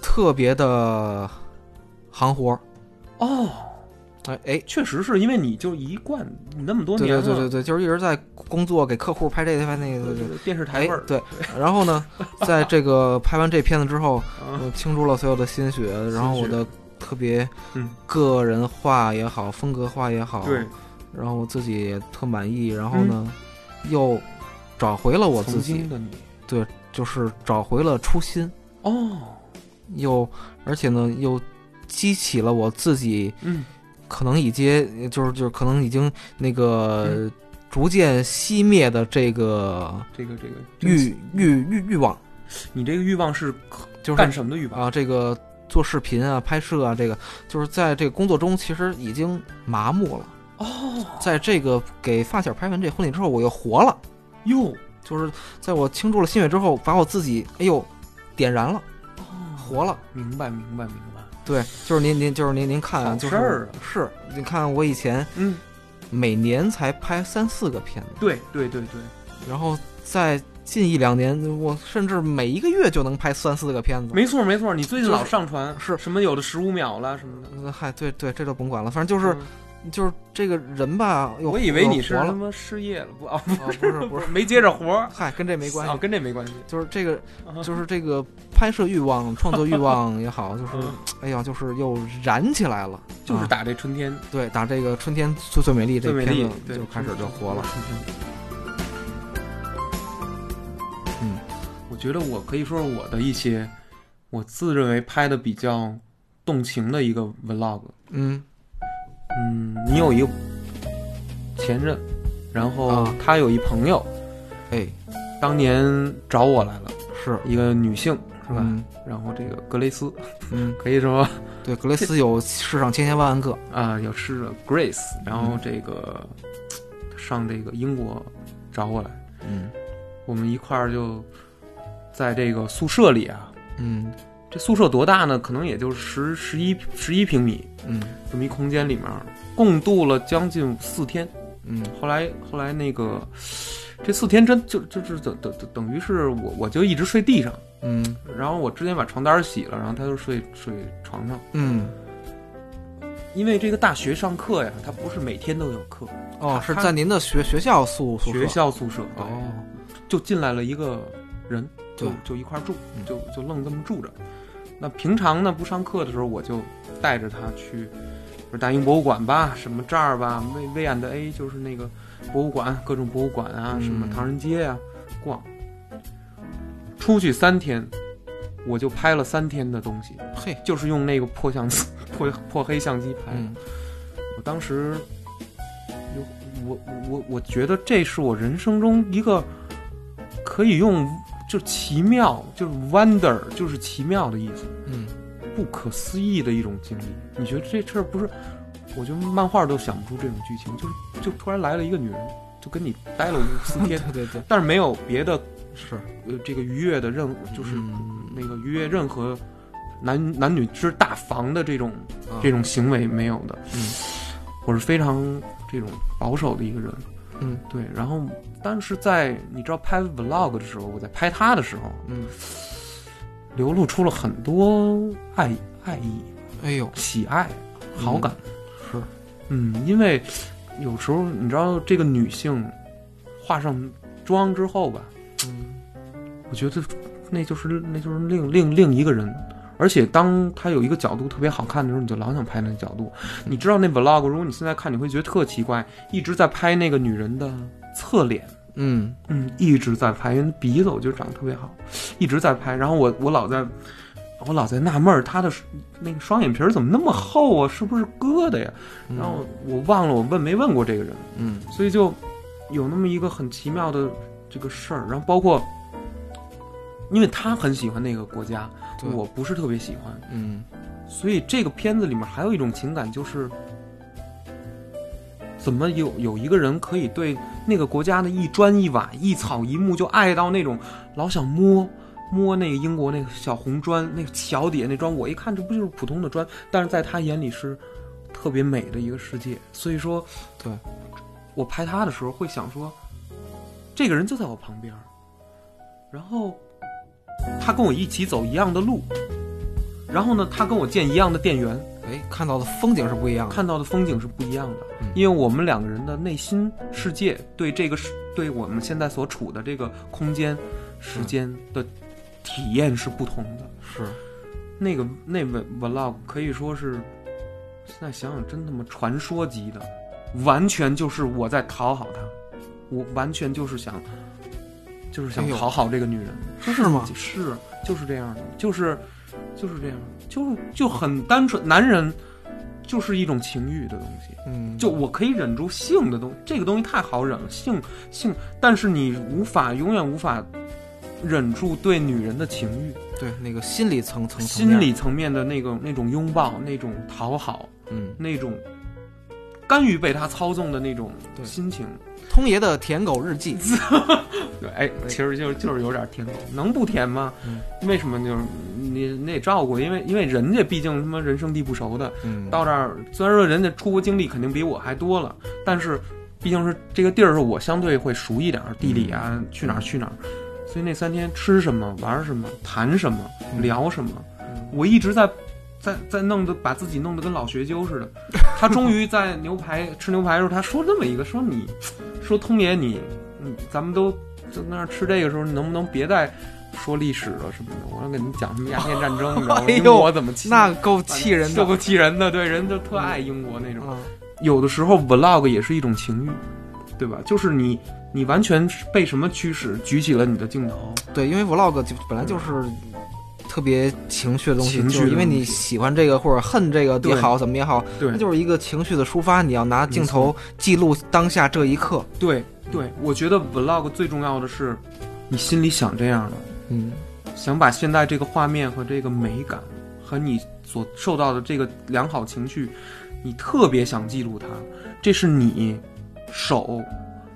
B: 特别的行活儿。
A: 哦，
B: 哎哎，
A: 确实是因为你就一贯你那么多
B: 对
A: 年
B: 对
A: 了，
B: 对对对，就是一直在工作，给客户拍这个拍那个。对对
A: 对电视台味
B: 哎
A: 儿，，
B: 对，然后呢，在这个拍完这片子之后，
A: 啊
B: 我倾注了所有的心血，然后我
A: 心血
B: 的特别
A: 嗯
B: 个人化也好，风格化也好，
A: 对，，
B: 然后我自己也特满意，然后
A: 嗯
B: 呢，又找回了我自
A: 曾
B: 己
A: 经，的你
B: 就是找回了初心，
A: 哦，
B: 又而且呢又激起了我自己
A: 嗯，
B: 可能已经就是就是可能已经那个。逐渐熄灭的这个
A: 这个这个
B: 欲，欲欲欲望，
A: 你这个欲望是
B: 就是
A: 嗯干什么的欲望？
B: 啊，这个做视频啊、拍摄啊，这个就是在这个工作中，其实已经麻木了。
A: 哦，
B: 在这个给发小拍完这婚礼之后，我又活了，
A: 哟，
B: 就是在我倾注了心血之后，把我自己哎呦点燃了，
A: 哦，
B: 活了。
A: 明白明白明白，
B: 对，就是您您就是您您看啊，
A: 好
B: 就
A: 事儿
B: 是是，你看我以前
A: 嗯，
B: 每年才拍三四个片子，
A: 对对对对，
B: 然后在近一两年，我甚至每一个月就能拍三四个片子。
A: 没错没错，你最近
B: 就是
A: 老上传
B: 是
A: 什么有的十五秒了什么的，嗯
B: 嗯嗨，对对，这都甭管了，反正就是、就是这这个人吧，又
A: 我以为
B: 又
A: 你是
B: 活
A: 他
B: 了
A: 妈失业了，不啊，
B: 啊，不是不
A: 不
B: 是
A: 是，没接着活儿，
B: 嗨，跟这没关
A: 啊，
B: 系，
A: 跟这没关系，
B: 就是这个，
A: 啊
B: 就是这个拍摄欲望、创作欲望也好，就是
A: 嗯
B: 哎呀，就是又燃起来了，
A: 就是
B: 啊
A: 打这春天
B: 对打这个《春天最最美丽》
A: 最
B: 这
A: 美
B: 片
A: 丽，
B: 子
A: 对
B: 就开始就活了。
A: 春天
B: 嗯，
A: 我觉得我可以说说我的一些，我自认为拍的比较动情的一个 vlog。
B: 嗯
A: 嗯，你有一个前任，然后
B: 啊
A: 他有一朋友，
B: 哎
A: 当年找我来了，
B: 是
A: 一个女性是吧？
B: 嗯
A: 然后这个格雷斯
B: 嗯，
A: 可以说
B: 对，格雷斯有世上千千万万个，
A: 啊，有吃的 Grace，然
B: 嗯
A: 后这个上这个英国找我来，
B: 嗯
A: 我们一块儿就在这个宿舍里啊，
B: 嗯
A: 这宿舍多大呢？可能也就十十一十一平米
B: 嗯
A: 这么一空间里面，共度了将近四天。
B: 嗯
A: 后来后来那个这四天真就就是等等等等于是我我就一直睡地上，
B: 嗯
A: 然后我之前把床单洗了，然后他就睡睡床上。
B: 嗯，
A: 因为这个大学上课呀，他不是每天都有课，
B: 哦，是
A: 他
B: 在您的学学校宿宿舍
A: 学校宿舍对
B: 哦，
A: 就进来了一个人，就
B: 对
A: 就一块儿住，
B: 嗯
A: 就就愣这么住着。那平常呢不上课的时候，我就带着他去，比如大英博物馆吧，什么这儿吧，威威安的 A 就是那个博物馆，各种博物馆啊，
B: 嗯
A: 什么唐人街呀、逛。出去三天，我就拍了三天的东西，
B: 嘿，
A: 就是用那个破相机、 破破黑相机拍的。
B: 嗯，
A: 我当时，有我我我觉得这是我人生中一个可以用就奇妙，就是 wonder，就是奇妙的意思，
B: 嗯，
A: 不可思议的一种经历。你觉得这事儿不是？我觉得漫画都想不出这种剧情，就是就突然来了一个女人，就跟你待了五四 天，
B: 对对对，
A: 但是没有别的
B: 是，
A: 呃这个愉悦的任，就是
B: 嗯
A: 那个愉悦任何男男女之大防的这种
B: 啊
A: 这种行为没有的。
B: 嗯，
A: 我是非常这种保守的一个人。
B: 嗯
A: 对，然后但是在你知道拍 vlog 的时候，我在拍他的时候，
B: 嗯，
A: 流露出了很多爱爱意、
B: 哎呦，
A: 喜爱、好感。
B: 是，
A: 嗯，因为有时候你知道这个女性化上妆之后吧，
B: 嗯
A: 我觉得那就是那就是另另另一个人。而且当他有一个角度特别好看的时候，你就老想拍那个角度。你知道那 vlog，如果你现在看，你会觉得特奇怪，一直在拍那个女人的侧脸，
B: 嗯
A: 嗯，一直在拍，因为鼻子我觉得长得特别好，一直在拍。然后我我老在，我老在纳闷儿，他的那个双眼皮儿怎么那么厚啊？是不是割的呀？
B: 嗯
A: 然后我忘了我问没问过这个人，
B: 嗯
A: 所以就有那么一个很奇妙的这个事儿。然后包括，因为他很喜欢那个国家，
B: 嗯对
A: 我不是特别喜欢，
B: 嗯
A: 所以这个片子里面还有一种情感就是。怎么有有一个人可以对那个国家的一砖一瓦、一草一木就爱到那种老想摸摸那个英国那个小红砖、那个桥底下那砖，我一看这不就是普通的砖，但是在他眼里是特别美的一个世界。所以说，
B: 对
A: 我拍他的时候会想说，这个人就在我旁边儿，然后他跟我一起走一样的路，然后呢，他跟我见一样的店员，
B: 哎，看到的风景是不一样的，
A: 看到的风景是不一样的
B: 嗯，
A: 因为我们两个人的内心世界对这个世，对我们现在所处的这个空间、时间的体验是不同的。
B: 是，
A: 那个那 vlog 可以说是，现在想想真他妈传说级的，完全就是我在讨好她，我完全就是想，就是想
B: 哎呦
A: 讨好这个女人，
B: 是吗？
A: 是就是这样的，就是就是这样，就是就很单纯，男人就是一种情欲的东西。
B: 嗯，
A: 就我可以忍住性的东这个东西太好忍了，性性，但是你无法永远无法忍住对女人的情欲，
B: 对那个心理层层层面
A: 心理，层面的那个那种拥抱、那种讨好、
B: 嗯，
A: 那种甘于被他操纵的那种
B: 对
A: 心情。
B: 通爷的舔狗日记，
A: 对，哎，其实就是就是有点舔狗，能不舔吗？
B: 嗯
A: 为什么就是你你得照顾，因为因为人家毕竟他妈人生地不熟的，
B: 嗯，
A: 到这儿虽然说人家出国经历肯定比我还多了，但是毕竟是这个地儿是我相对会熟一点儿，地理啊，
B: 嗯
A: 去哪儿去哪儿，所以那三天吃什么玩什么谈什么
B: 嗯
A: 聊什么，
B: 嗯
A: 我一直在。在在弄得把自己弄得跟老学究 似的，他终于在牛排吃牛排的时候，他说这么一个，说你，说通爷你，嗯，咱们都在那儿吃这个时候，你能不能别再说历史了什么的？我要给你讲什么鸦片战争，你知道吗？
B: 哎呦
A: 因为我怎么气
B: 那够气人的
A: 就，够气人的，对，人就特爱英国那种。
B: 啊，
A: 有的时候 vlog 也是一种情欲，对吧？就是你你完全是被什么驱使，举起了你的镜头，
B: 对，因为 vlog 就本来就是特别情绪的东西，
A: 情绪
B: 就是
A: 的
B: 因为
A: 东西
B: 你喜欢这个或者恨这个也
A: 对
B: 好，怎么也好，
A: 对
B: 它就是一个情绪的抒发，你要拿镜头记录当下这一刻。
A: 对对。我觉得 vlog 最重要的是，你心里想这样的，
B: 嗯，
A: 想把现在这个画面和这个美感和你所受到的这个良好情绪，你特别想记录它，这是你手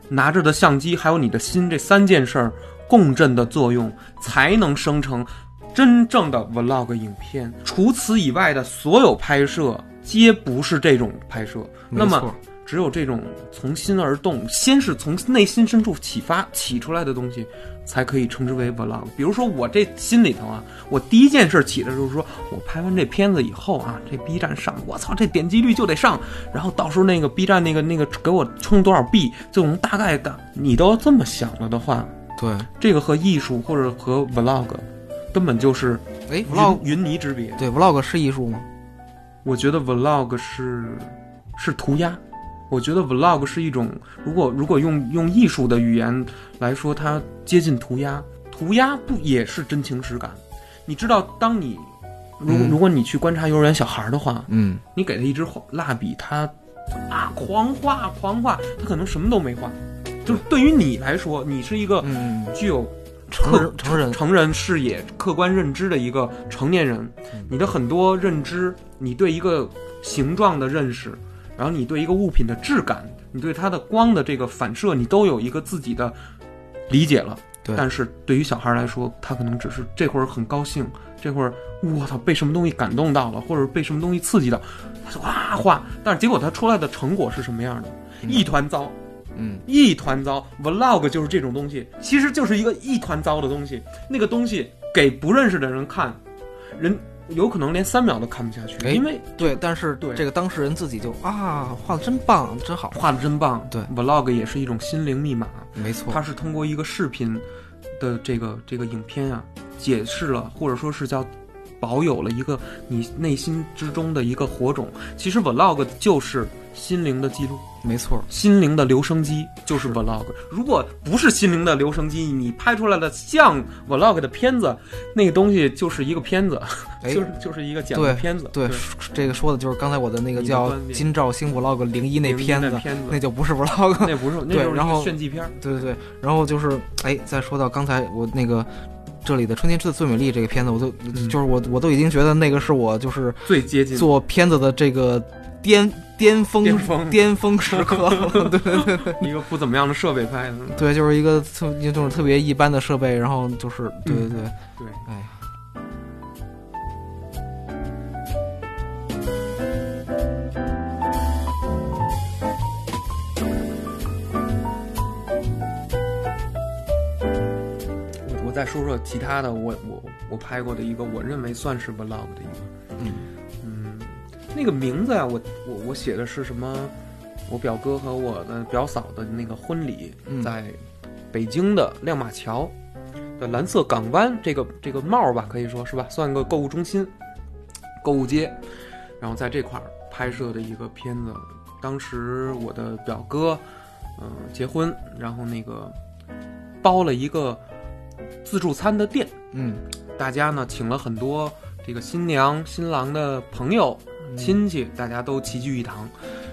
A: 拿着的相机，还有你的心这三件事儿共振的作用，才能生成真正的 vlog 影片。除此以外的所有拍摄皆不是这种拍摄。
B: 没
A: 那
B: 错
A: 么，只有这种从心而动，先是从内心深处启发起出来的东西，才可以称之为 vlog。比如说我这心里头啊，我第一件事起的就是说，我拍完这片子以后啊，这 B 站上，我操，这点击率就得上，然后到时候那个 B 站那个那个给我充多少币，就能大概的。你都这么想了的话，
B: 对，哎
A: 这个和艺术或者和 vlog 根本就是
B: 哎，vlog
A: 云云泥之别。
B: 对 vlog 是艺术吗？
A: 我觉得 vlog 是是涂鸦，我觉得 vlog 是一种，如果如果用用艺术的语言来说，它接近涂鸦。涂鸦不也是真情实感？你知道，当你如
B: 嗯
A: 如果你去观察幼儿园小孩的话，
B: 嗯，
A: 你给他一支画蜡笔，他啊狂画狂画，他可能什么都没画。就是对于你来说，你是一个
B: 嗯，
A: 具有
B: 成人成人
A: 成人视野、客观认知的一个成年人
B: 嗯，
A: 你的很多认知，你对一个形状的认识，然后你对一个物品的质感，你对它的光的这个反射，你都有一个自己的理解了。
B: 对
A: 但是对于小孩来说，他可能只是这会儿很高兴，这会儿我操被什么东西感动到了，或者被什么东西刺激到，他就哇画，但是结果他出来的成果是什么样的？
B: 嗯
A: 一团糟。
B: 嗯
A: 一团糟。Vlog 就是这种东西，其实就是一个一团糟的东西。那个东西给不认识的人看，人有可能连三秒都看不下去，
B: 哎
A: 因为
B: 对，但是
A: 对
B: 这个当事人自己就啊画的真棒，真好，
A: 画的真棒。
B: 对
A: ，Vlog 也是一种心灵密码，
B: 没错，
A: 它是通过一个视频的这个这个影片啊，解释了或者说是叫。保有了一个你内心之中的一个火种，其实 vlog 就是心灵的记录。
B: 没错，
A: 心灵的留声机就是 vlog。如果不是心灵的留声机，你拍出来的像 vlog 的片子，那个东西就是一个片子，
B: 哎
A: 就是就是一个剪的
B: 对
A: 片子。
B: 对，这个说的就是刚才我的那个
A: 你的
B: 叫
A: 观
B: 《
A: 点
B: 金兆星 vlog 零一》那片
A: 那
B: 子，
A: 片
B: 那
A: 子，
B: 就不是 vlog，
A: 那不是，那就
B: 对
A: 是一
B: 然
A: 个
B: 后
A: 炫技片儿。
B: 对对对，然后就是哎，再说到刚才我那个这里的《春天之子最美丽》这个片子，我都、
A: 嗯
B: 就是我我都已经觉得那个是我就是
A: 最接近
B: 做片子的这个巅巅峰
A: 巅峰
B: 巅峰 时刻了，对对对对
A: 一个不怎么样的设备拍的。
B: 对，就是一个特就是特别一般的设备，然后就是对对对，
A: 对，
B: 哎呀。
A: 我我再说说其他的，我我我拍过的一个，我认为算是 vlog 的一个。
B: 嗯
A: 嗯，那个名字啊，我我我写的是什么？我表哥和我的表嫂的那个婚礼，
B: 嗯
A: 在北京的亮马桥的蓝色港湾这个这个帽儿吧，可以说是吧，算个购物中心、购物街，然后在这块儿拍摄的一个片子。当时我的表哥，嗯、结婚，然后那个包了一个自助餐的店，
B: 嗯，
A: 大家呢请了很多这个新娘、新郎的朋友、
B: 嗯
A: 亲戚，大家都齐聚一堂。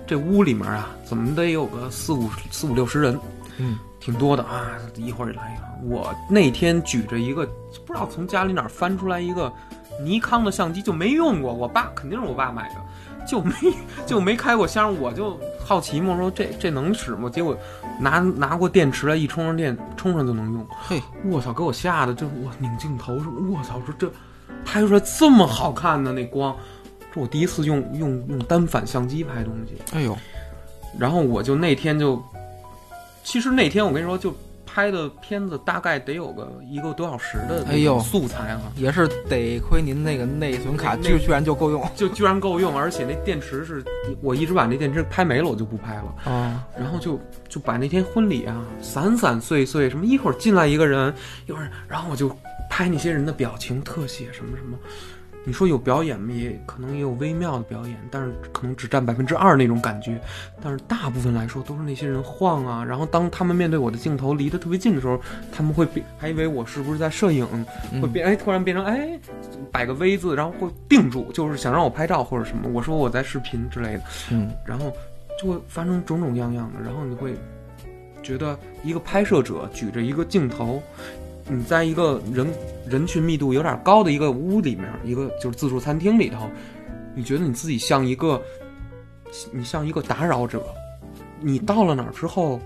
A: 这屋里面啊，怎么得有个四五四五六十人，
B: 嗯
A: 挺多的啊。一会儿来一个，我那天举着一个不知道从家里哪儿翻出来一个尼康的相机，就没用过，我爸肯定是我爸买的，就没 就没开过箱，我就好奇嘛，说这这能使吗？结果拿拿过电池来一充上电，充上就能用。
B: 嘿，
A: 我操，给我吓得这我拧镜头说，我操，说这拍出来这么好看的那光，这我第一次用用用单反相机拍东西。
B: 哎呦，
A: 然后我就那天就，其实那天我跟你说，就拍的片子大概得有个一个多小时的
B: 哎呦
A: 素材啊，
B: 也是得亏您那个内存卡
A: 那
B: 居居然就够用
A: 就居然够用，而且那电池是我一直把那电池拍没了，我就不拍了。
B: 啊，
A: 然后就就把那天婚礼啊散散碎碎，什么一会儿进来一个人，一会儿，然后我就拍那些人的表情、特写什么什么。你说有表演吗？也可能也有微妙的表演，但是可能只占百分之二那种感觉。但是大部分来说都是那些人晃啊，然后当他们面对我的镜头离得特别近的时候，他们会变，还以为我是不是在摄影，会
B: 嗯
A: 变哎，突然变成哎，摆个 V 字，然后会定住，就是想让我拍照或者什么。我说我在视频之类的。
B: 嗯
A: 然后就会发生种种样样的，然后你会觉得一个拍摄者举着一个镜头，你在一个人人群密度有点高的一个屋里面，一个就是自助餐厅里头，你觉得你自己像一个，你像一个打扰者，你到了哪儿之后，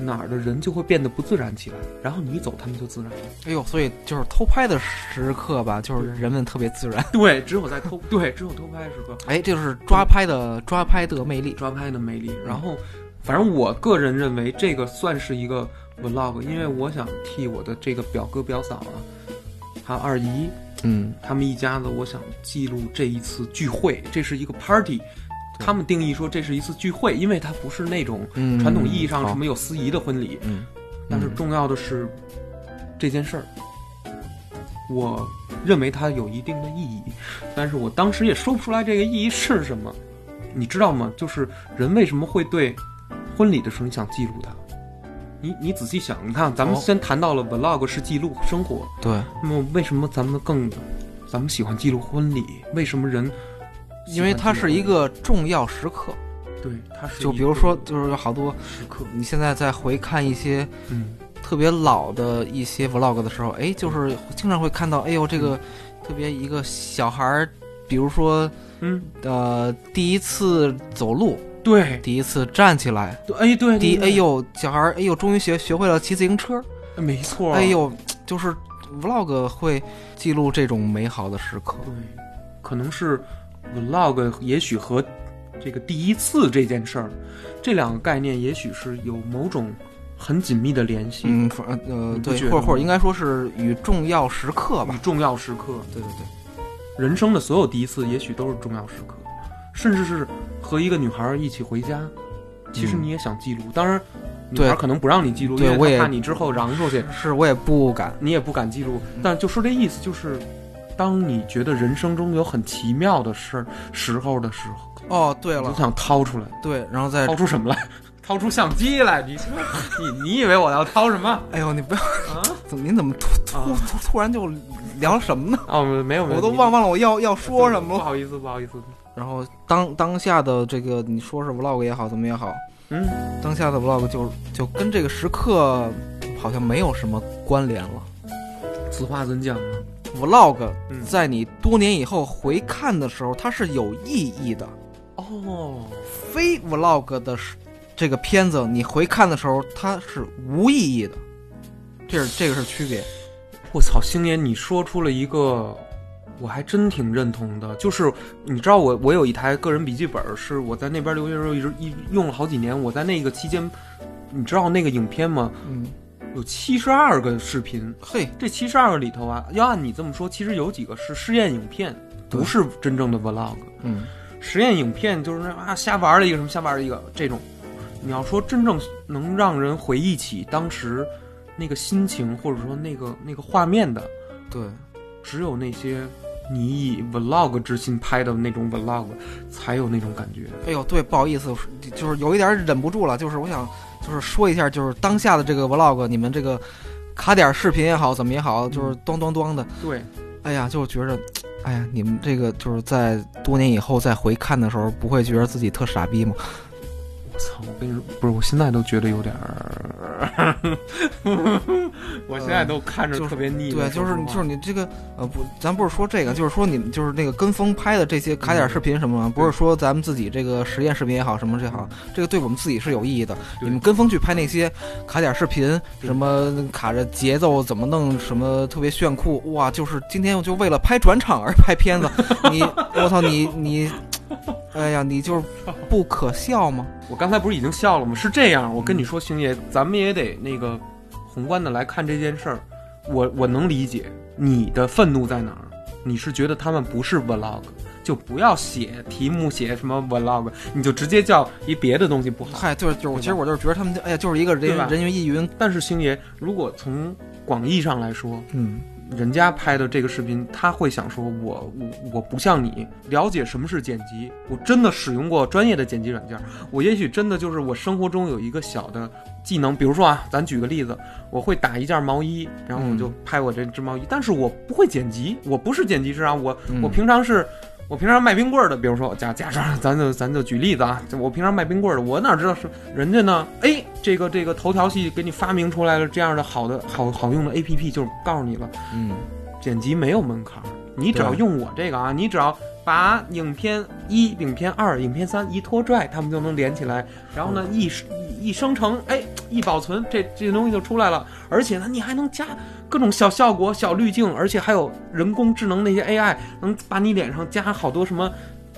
A: 哪儿的人就会变得不自然起来，然后你一走，他们就自然了。
B: 哎呦，所以就是偷拍的时刻吧，就是人们特别自然。
A: 对，只有在偷，对，只有 偷拍时刻。
B: 哎，这就是抓拍的抓拍的魅力。
A: 抓拍的魅力。然后，反正我个人认为这个算是一个 vlog，因为我想替我的这个表哥表嫂啊，还有二姨
B: 嗯，
A: 他们一家子，我想记录这一次聚会，这是一个 party。他们定义说这是一次聚会，因为它不是那种
B: 嗯
A: 传统意义上
B: 好
A: 什么有司仪的婚礼，
B: 嗯，
A: 但是重要的是这件事儿，我认为它有一定的意义，但是我当时也说不出来这个意义是什么，你知道吗？就是人为什么会对婚礼的时候你想记录它？你你仔细想，你看，咱们
B: 哦
A: 先谈到了 vlog 是记录生活，
B: 对，
A: 那么为什么咱们更，咱们喜欢记录婚礼？为什么人？
B: 因为它是一，个重要时刻，
A: 对，它是
B: 就
A: 一
B: 比
A: 个
B: 如说，就是有好多
A: 时刻，
B: 你现在在回看一些
A: 嗯，
B: 特别老的一些 vlog 的时候，哎，就是经常会看到，哎呦，这个特别一个小孩儿，比如说
A: 嗯，
B: 呃，第一次走路，
A: 对，
B: 第一次站起来，
A: 对哎，对，
B: 第一，哎
A: 对，
B: 呦，小孩儿，哎呦，终于学学会了骑自行车，
A: 对没错，
B: 哎，呦，就是 vlog 会记录这种美好的时刻，
A: 对，可能是 vlog，也许和这个第一次这件事儿，这两个概念也许是有某种很紧密的联系，
B: 嗯，反呃
A: 你，不
B: 对
A: 觉，得
B: 或者或
A: 吗
B: 者应该说是与重要时刻吧
A: 与，重要时刻，
B: 对对对，
A: 人生的所有第一次，也许都是重要时刻，甚至是和一个女孩一起回家，其实
B: 嗯
A: 你也想记录。当然，女
B: 对
A: 孩可能不让你记录，
B: 对
A: 因
B: 我
A: 为
B: 也
A: 她怕你之后嚷出去，
B: 是我也不敢，
A: 你也不敢记录。
B: 嗯
A: 但就说这意思，就是当你觉得人生中有很奇妙的事儿时候的时候，
B: 哦，对
A: 你
B: 了
A: 就，想掏出来，
B: 对，然后再
A: 掏，出什么来？ 掏出相机来？你你你以为我要掏什么
B: 哎呦，你不要，
A: 啊？
B: 怎么您怎么突突
A: 啊
B: 突突然就聊什么呢？
A: 啊，没有没有，
B: 我都
A: 你
B: 忘忘了我要要说什么
A: 不
B: 了。
A: 好意思，不好意思。
B: 然后当当下的这个，你说是 vlog 也好，怎么也好，
A: 嗯，
B: 当下的 vlog 就就跟这个时刻好像没有什么关联了。
A: 此话怎讲呢？
B: vlog
A: 嗯
B: 在你多年以后回看的时候，它是有意义的。
A: 哦，
B: 非 vlog 的时这个片子，你回看的时候，它是无意义的。这是这个是区别。
A: 我操，星爷，你说出了一个我还真挺认同的，就是你知道我我有一台个人笔记本儿，是我在那边留学的时候一直一用了好几年。我在那个期间，你知道那个影片吗？
B: 嗯，
A: 有七十二个视频，
B: 嘿，
A: 这七十二个里头啊，要按你这么说，其实有几个是试验影片，
B: 对
A: 不是真正的 vlog。
B: 嗯，
A: 实验影片就是那啊瞎玩了一个什么瞎玩了一个这种。你要说真正能让人回忆起当时那个心情，或者说那个那个画面的，
B: 对，
A: 只有那些你以 vlog 之心拍的那种 vlog，才有那种感觉。
B: 哎呦，对，不好意思，就是有一点忍不住了，就是我想就是说一下，就是当下的这个 vlog，你们这个卡点视频也好，怎么也好，就是咚咚咚的，
A: 对，
B: 哎呀，就是觉着，哎呀，你们这个就是在多年以后再回看的时候，不会觉得自己特傻逼吗？
A: 我操！我跟你说，不是，我现在都觉得有点儿， 我现在都看着
B: 就是
A: 特别腻。
B: 对，啊就是
A: 说
B: 就
A: 实话
B: 是你这个呃不，咱不是说这个，就是说你们就是那个跟风拍的这些卡点视频什么的，不是说咱们自己这个实验视频也好，什么这好，这个对我们自己是有意义的。
A: 嗯对
B: 你们跟风去拍那些卡点视频，
A: 对
B: 什么卡着节奏怎么弄，什么特别炫酷，哇，就是今天我就为了拍转场而拍片子，你我操你你，哎呀，你就是不可笑吗？
A: 我刚才不是已经笑了吗？是这样，我跟你说，星爷，咱们也得那个宏观的来看这件事儿。我我能理解你的愤怒在哪儿，你是觉得他们不是 vlog，就不要写题目写什么 vlog，你就直接叫一别的东西不好。
B: 嗨，就是就是，我其实我就是觉得他们就哎呀，就是一个人
A: 对吧
B: 人云亦云，
A: 但是星爷，如果从广义上来说，
B: 嗯，
A: 人家拍的这个视频，他会想说我我我不像你了解什么是剪辑，我真的使用过专业的剪辑软件，我也许真的就是我生活中有一个小的技能，比如说啊，咱举个例子，我会打一件毛衣，然后我就拍我这只毛衣，但是我不会剪辑，我不是剪辑师啊，我
B: 嗯
A: 我平常是。我平常卖冰棍儿的，比如说假假设咱就咱就举例子啊，就我平常卖冰棍儿的，我哪知道是人家呢？哎，这个这个头条系给你发明出来了这样的好的好好用的 A P P，就是告诉你了，
B: 嗯。
A: 剪辑没有门槛儿，你只要
B: 对
A: 用我这个啊，你只要把影片一、影片二、影片三一拖拽，他们就能连起来。然后呢，一生一一生成，哎，一保存，这这东西就出来了。而且呢，你还能加各种小效果、小滤镜，而且还有人工智能那些 AI 能把你脸上加好多什么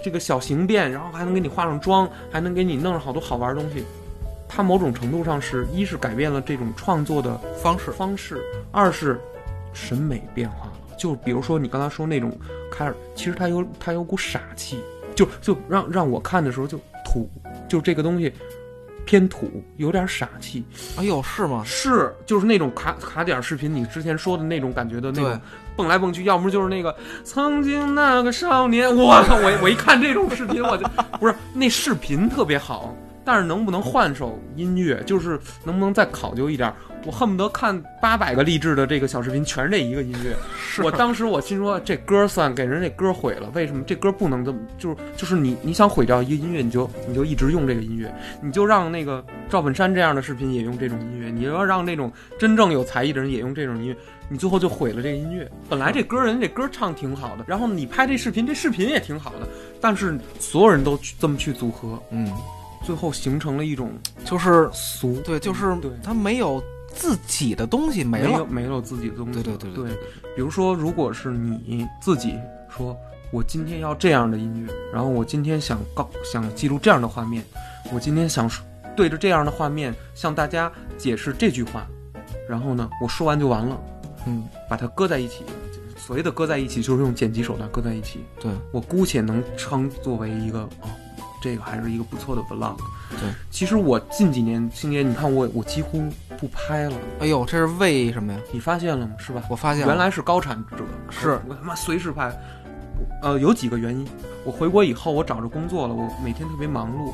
A: 这个小形变，然后还能给你化上妆，还能给你弄上好多好玩的东西。它某种程度上是一是改变了这种创作的
B: 方式，
A: 方式，二是审美变化了。就比如说你刚才说那种凯尔，其实它有它有股傻气，就就让让我看的时候就土，就这个东西偏土，有点傻气，
B: 哎呦，是吗？
A: 是就是那种卡卡点儿视频，你之前说的那种感觉的那
B: 对
A: 种，蹦来蹦去，要么就是那个曾经那个少年，我靠，我我一看这种视频，我就不是那视频特别好，但是能不能换首音乐，就是能不能再考究一点儿？我恨不得看八百个励志的这个小视频，全是这一个音乐。我当时我心说，这歌算给人这歌毁了，为什么这歌不能这么？就是就是你你想毁掉一个音乐，你就你就一直用这个音乐，你就让那个赵本山这样的视频也用这种音乐，你要让那种真正有才艺的人也用这种音乐，你最后就毁了这个音乐。本来这歌人这歌唱挺好的，然后你拍这视频，这视频也挺好的，但是所有人都去这么去组合，
B: 嗯，
A: 最后形成了一种
B: 就是
A: 俗，
B: 对，就是
A: 嗯对
B: 他没有自己的东西没
A: 没
B: 了
A: 有。没有自己的东西。
B: 对对对对
A: 对，比如说，如果是你自己说，我今天要这样的音乐，然后我今天想告想记录这样的画面，我今天想说对着这样的画面向大家解释这句话，然后呢，我说完就完了，
B: 嗯，
A: 把它搁在一起。所谓的搁在一起，就是用剪辑手段搁在一起。
B: 对，
A: 我姑且能称作为一个哦，这个还是一个不错的 vlog。
B: 对，
A: 其实我近几年，今年你看我我几乎不拍了，
B: 哎呦，这是为什么呀？
A: 你发现了吗？是吧？
B: 我发现了啊
A: 原来是高产者，
B: 是
A: 我他妈随时拍。呃，有几个原因，我回国以后，我找着工作了，我每天特别忙碌，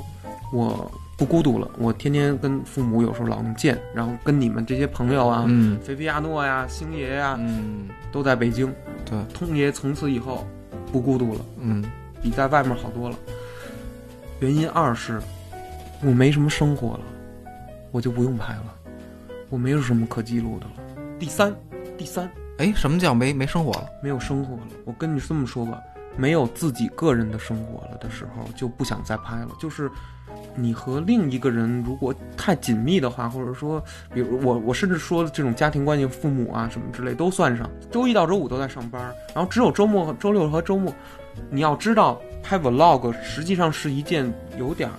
A: 我不孤独了，我天天跟父母有时候老能见，然后跟你们这些朋友啊，
B: 嗯
A: 菲菲亚诺呀、星爷呀，
B: 嗯，
A: 都在北京。
B: 对，
A: 通爷从此以后不孤独了，
B: 嗯
A: 比在外面好多了。原因二是，我没什么生活了，我就不用拍了，我没有什么可记录的了。第三，第三。，
B: 哎，什么叫没没生活了？
A: 没有生活了。我跟你这么说吧，没有自己个人的生活了的时候，就不想再拍了。就是你和另一个人如果太紧密的话，或者说，比如我，我甚至说这种家庭关系、父母啊什么之类都算上。周一到周五都在上班，然后只有周末和、周六和周末，你要知道拍 vlog 实际上是一件有点儿。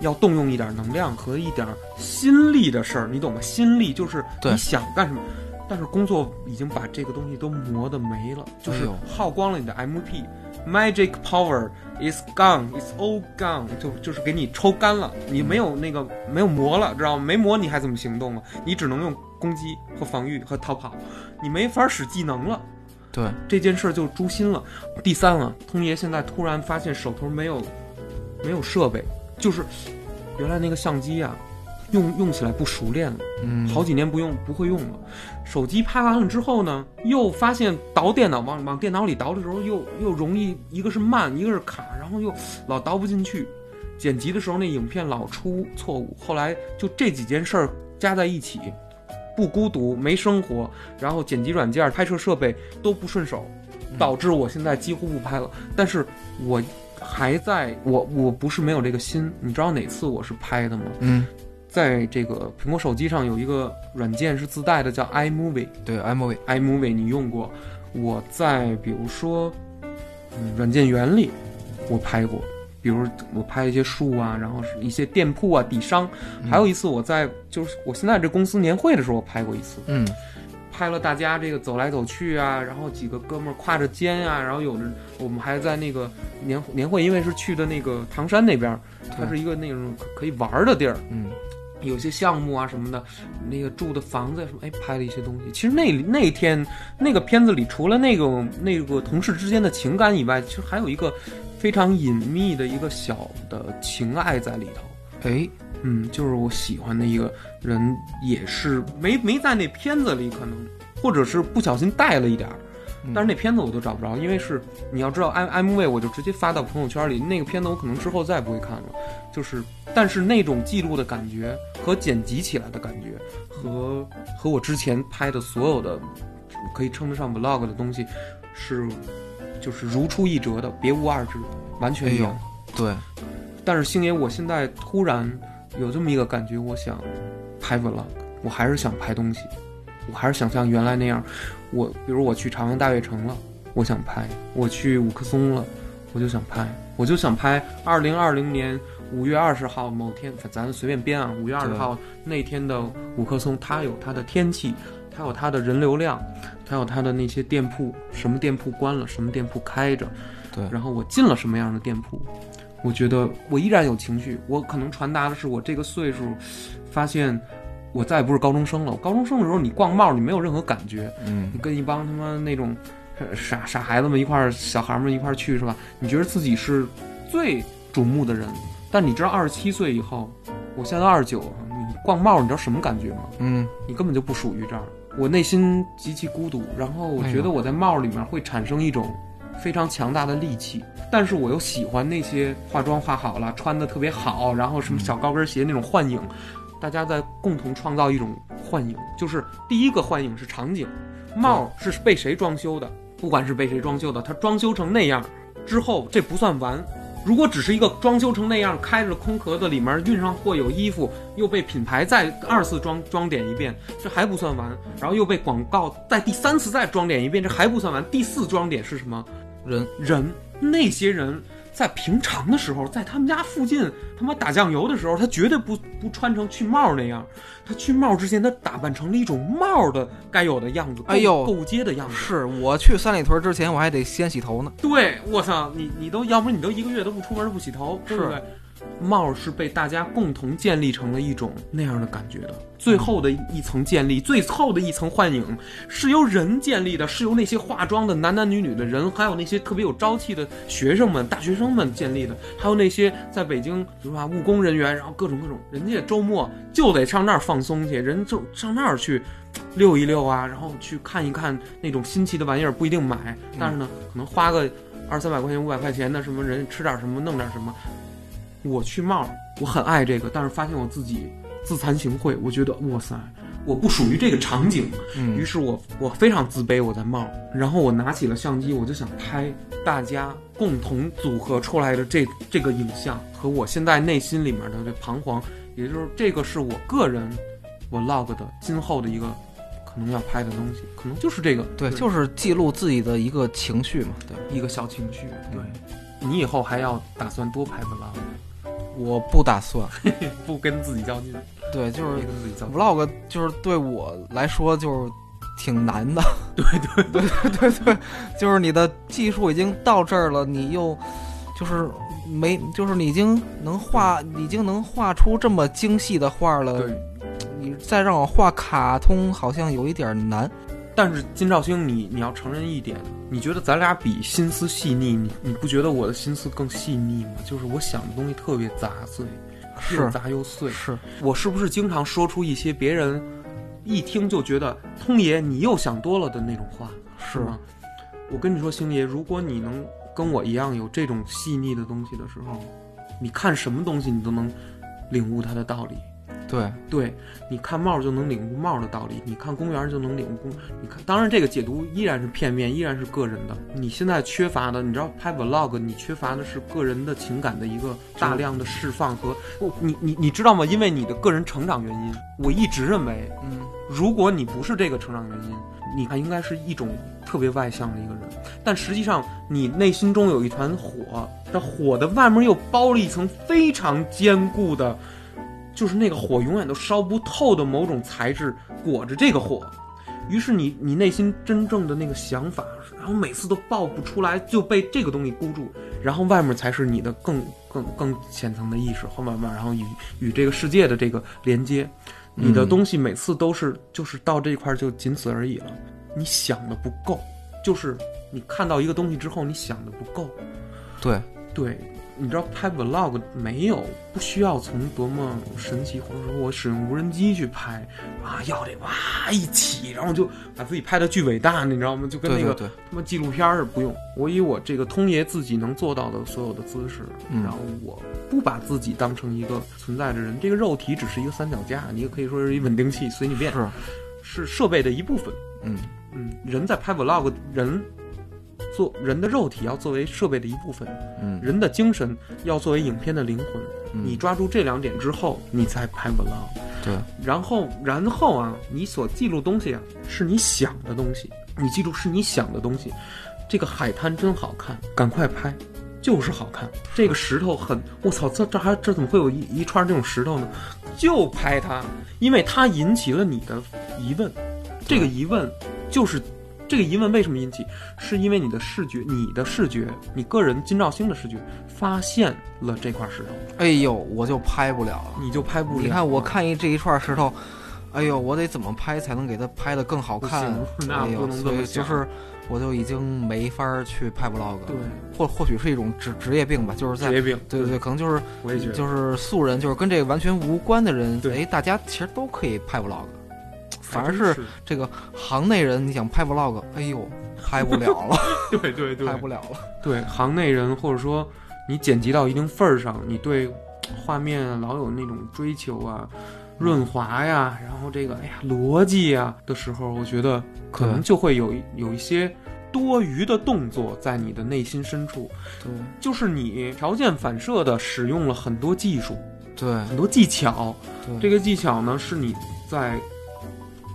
A: 要动用一点能量和一点心力的事儿，你懂吗？心力就是
B: 对
A: 你想干什么，但是工作已经把这个东西都磨得没了，就
B: 哎
A: 是
B: 呦
A: 耗光了你的 MP。Magic power is gone, is all gone，就就是给你抽干了，你没有那个没有魔了，知道吗？没魔你还怎么行动啊？你只能用攻击和防御和逃跑，你没法使技能了。
B: 对，
A: 这件事儿就诛心了。第三啊，通爷现在突然发现手头没有没有设备，就是原来那个相机啊，用用起来不熟练了。
B: 嗯，
A: 好几年不用不会用了。手机拍完了之后呢，又发现导电脑往往电脑里导的时候又又容易，一个是慢，一个是卡，然后又老导不进去。剪辑的时候那影片老出错误，后来就这几件事儿加在一起，不孤独，没生活，然后剪辑软件、拍摄设备都不顺手，导致我现在几乎不拍了。但是我还在，我我不是没有这个心。你知道哪次我是拍的吗？
B: 嗯，
A: 在这个苹果手机上有一个软件是自带的，叫 iMovie，iMovie
B: 对，MV，E
A: 你用过？我在比如说，嗯，软件园里我拍过，比如我拍一些树啊，然后是一些店铺啊、底商，还有一次我在就是我现在这公司年会的时候我拍过一次，
B: 嗯，
A: 拍了大家这个走来走去啊，然后几个哥们儿挎着肩啊，然后有的我们还在那个年年会，因为是去的那个唐山那边儿，它
B: 对
A: 是一个那种可可以玩儿的地儿。
B: 嗯，
A: 有些项目啊什么的，那个住的房子啊什么，哎，拍了一些东西。其实那那天那个片子里，除了那种那个同事之间的情感以外，其实还有一个非常隐秘的一个小的情爱在里头。
B: 哎，
A: 嗯，就是我喜欢的一个人，也是没没在那片子里，可能或者是不小心带了一点儿。
B: 嗯
A: 但是那片子我都找不着，因为是你要知道 M MV，我就直接发到朋友圈里。那个片子我可能之后再也不会看了，就是，但是那种记录的感觉和剪辑起来的感觉，和和我之前拍的所有的可以称得上 vlog 的东西，是就是如出一辙的，别无二致，完全一样
B: 哎。对，
A: 但是星爷，我现在突然有这么一个感觉，我想拍 vlog，我还是想拍东西，我还是想像原来那样。我比如我去长安大悦城了，我想拍；我去五棵松了，我就想拍，我就想拍二零二零年五月二十号某天，咱咱随便编啊，五月二十
B: 对
A: 号那天的五棵松，它有它的天气，它有它的人流量，它有它的那些店铺，什么店铺关了，什么店铺开着，
B: 对，
A: 然后我进了什么样的店铺，我觉得我依然有情绪，我可能传达的是我这个岁数，发现我再也不是高中生了。我高中生的时候，你逛帽，你没有任何感觉，
B: 嗯
A: 你跟一帮他妈那种呃傻傻孩子们一块儿、小孩们一块儿去是吧？你觉得自己是最瞩目的人，但你知道二十七岁以后，我现在二十九，你逛帽你知道什么感觉吗？
B: 嗯，
A: 你根本就不属于这儿。我内心极其孤独，然后我
B: 哎呀
A: 觉得我在帽里面会产生一种非常强大的戾气，但是我又喜欢那些化妆化好了、穿的特别好，然后什么小高跟鞋那种幻影。大家在共同创造一种幻影，就是第一个幻影是场景，帽是被谁装修的，不管是被谁装修的，它装修成那样之后，这不算完。如果只是一个装修成那样，开着空壳子，里面运上货有衣服，又被品牌再二次装装点一遍，这还不算完。然后又被广告在第三次再装点一遍，这还不算完。第四装点是什么？
B: 人
A: 人，那些人在平常的时候，在他们家附近他妈打酱油的时候，他绝对不不穿成去帽那样。他去帽之前，他打扮成了一种帽的该有的样子，购
B: 哎呦
A: 购物街的样子。
B: 是我去三里屯之前，我还得先洗头呢。
A: 对，我操，你你都要不然你都一个月都不出门不洗头，对不
B: 是
A: 对？帽是被大家共同建立成了一种那样的感觉的，最后的一层建立，最后的一层幻影，是由人建立的，是由那些化妆的男男女女的人，还有那些特别有朝气的学生们、大学生们建立的，还有那些在北京，比如说啊务工人员，然后各种各种，人家周末就得上那儿放松去，人就上那儿去溜一溜啊，然后去看一看那种新奇的玩意儿，不一定买，但是呢，可能花个二三百块钱、五百块钱的什么人吃点什么，弄点什么。我去帽儿，我很爱这个，但是发现我自己自惭形秽，我觉得哇塞，我不属于这个场景，于
B: 嗯
A: 是我我非常自卑，我在帽儿，然后我拿起了相机，我就想拍大家共同组合出来的这这个影像和我现在内心里面的这彷徨，也就是这个是我个人我 log 的今后的一个可能要拍的东西，可能就是这个，
B: 对，就是记录自己的一个情绪嘛。对，
A: 一个小情绪。对，你以后还要打算多拍 vlog，
B: 我不打 算。
A: 不跟自己较劲，
B: 对，就
A: 不
B: 是
A: 跟自己较劲。
B: vlog 就是对我来说就是挺难的。 对对对对对，就是你的技术已经到这儿了，你又就是没，就是你已经能画，已经能画出这么精细的画了。
A: 对，
B: 你再让我画卡通，好像有一点难。
A: 但是金兆星，你你要承认一点，你觉得咱俩比心思细腻，你你不觉得我的心思更细腻吗？就是我想的东西特别杂碎，又
B: 是
A: 杂又碎。
B: 是，
A: 我是不是经常说出一些别人一听就觉得通爷你又想多了的那种话？
B: 是
A: 吗？我跟你说，星爷，如果你能跟我一样有这种细腻的东西的时候，你看什么东西你都能领悟它的道理。
B: 对，
A: 对，你看帽儿就能领悟帽儿的道理，你看公园儿就能领悟公。你看，当然这个解读依然是片面，依然是个人的。你现在缺乏的，你知道拍 vlog，你缺乏的是个人的情感的一个大量的释放和你你你知道吗？因为你的个人成长原因，我一直认为，
B: 嗯，
A: 如果你不是这个成长原因，你还应该是一种特别外向的一个人。但实际上，你内心中有一团火，那火的外面又包了一层非常坚固的，就是那个火永远都烧不透的某种材质裹着这个火。于是你你内心真正的那个想法，然后每次都爆不出来，就被这个东西箍住，然后外面才是你的更更更浅层的意识，后慢慢然后与与这个世界的这个连接，你的
B: 嗯
A: 东西每次都是就是到这一块儿就仅此而已了，你想的不够，就是你看到一个东西之后你想的不够，
B: 对，
A: 对，你知道拍 vlog 没有不需要从多么神奇，或者说我使用无人机去拍啊，要这哇一起，然后就把自己拍的巨伟大，你知道吗？就跟
B: 对
A: 那个
B: 对对，
A: 他妈纪录片儿不用，我以我这个通爷自己能做到的所有的姿势，
B: 嗯
A: 然后我不把自己当成一个存在的人，这个肉体只是一个三脚架，你也可以说是一稳定器，随你便，
B: 是，
A: 是设备的一部分。
B: 嗯，
A: 嗯，人在拍 vlog，人做人的肉体要作为设备的一部分，
B: 嗯，
A: 人的精神要作为影片的灵魂。你抓住这两点之后，你才拍 vlog。
B: 对，
A: 然后，然后啊，你所记录东西啊，是你想的东西，你记住是你想的东西。这个海滩真好看，赶快拍，就是好看。这个石头很，我操，这这还这怎么会有一一串这种石头呢？就拍它，因为它引起了你的疑问，这个疑问就是这个疑问为什么引起？是因为你的视觉，你的视觉，你个人金兆星的视觉发现了这块石头，
B: 哎呦，我就拍不了了。
A: 你就拍不啊了。
B: 你看，我看一这一串石头，哎呦，我得怎么拍才能给它拍得更好看
A: 不？行那
B: 哎
A: 不
B: 呦，
A: 能这
B: 所
A: 么
B: 以就
A: 想
B: 是我就已经没法儿去拍 vlog 了。
A: 对，
B: 或或许是一种职职业病吧，就是在
A: 结饼，
B: 对对对，可能就是
A: 我也觉得
B: 就是素人，就是跟这个完全无关的人，
A: 对
B: 哎，大家其实都可以拍 vlog。反
A: 还
B: 而
A: 真
B: 是这个行内人，你想拍 vlog，哎呦，拍不了了，
A: 对对 对
B: 拍不了了。
A: 对行内人，或者说你剪辑到一定份儿上，你对画面啊老有那种追求啊。润滑呀，然后这个哎呀逻辑呀的时候，我觉得可能
B: 对
A: 就会有一有一些多余的动作在你的内心深处，
B: 对
A: 就是你条件反射的使用了很多技术、
B: 对
A: 很多技巧。
B: 对，
A: 这个技巧呢，是你在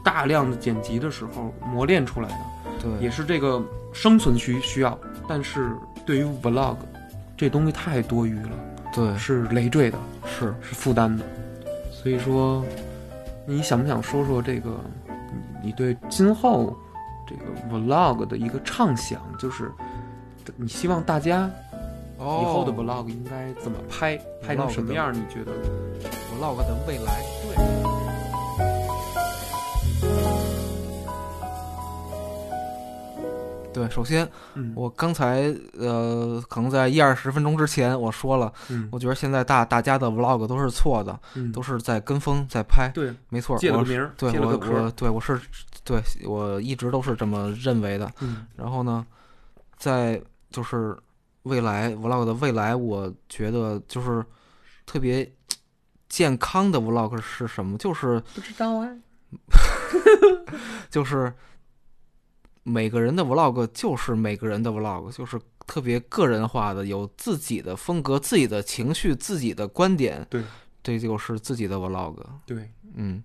A: 大量的剪辑的时候磨练出来的，
B: 对
A: 也是这个生存需需要。但是对于 vlog 这东西太多余了，
B: 对
A: 是累赘的，
B: 是
A: 是负担的。所以说，你想不想说说这个你你对今后这个 vlog 的一个畅想，就是你希望大家
B: 以
A: 以后
B: 哦
A: 的 vlog 应该怎么拍，拍成什么样？你觉得？
B: vlog 的未来。对，对，首先
A: 嗯，
B: 我刚才呃，可能在一二十分钟之前我说了，
A: 嗯
B: 我觉得现在大大家的 vlog 都是错的，
A: 嗯
B: 都是在跟风在拍，
A: 对，
B: 没错，
A: 借了
B: 我
A: 个
B: 是
A: 名儿，
B: 对
A: 借了
B: 我
A: 个壳
B: 我
A: 儿，
B: 对我是对我一直都是这么认为的。
A: 嗯
B: 然后呢，在就是未来 vlog 的未来，我觉得就是特别健康的 vlog 是什么？就是
A: 不知道啊，
B: 就是每个人的 vlog 就是每个人的 vlog，就是特别个人化的，有自己的风格、自己的情绪、自己的观点。
A: 对，
B: 这就是自己的 vlog。
A: 对，
B: 嗯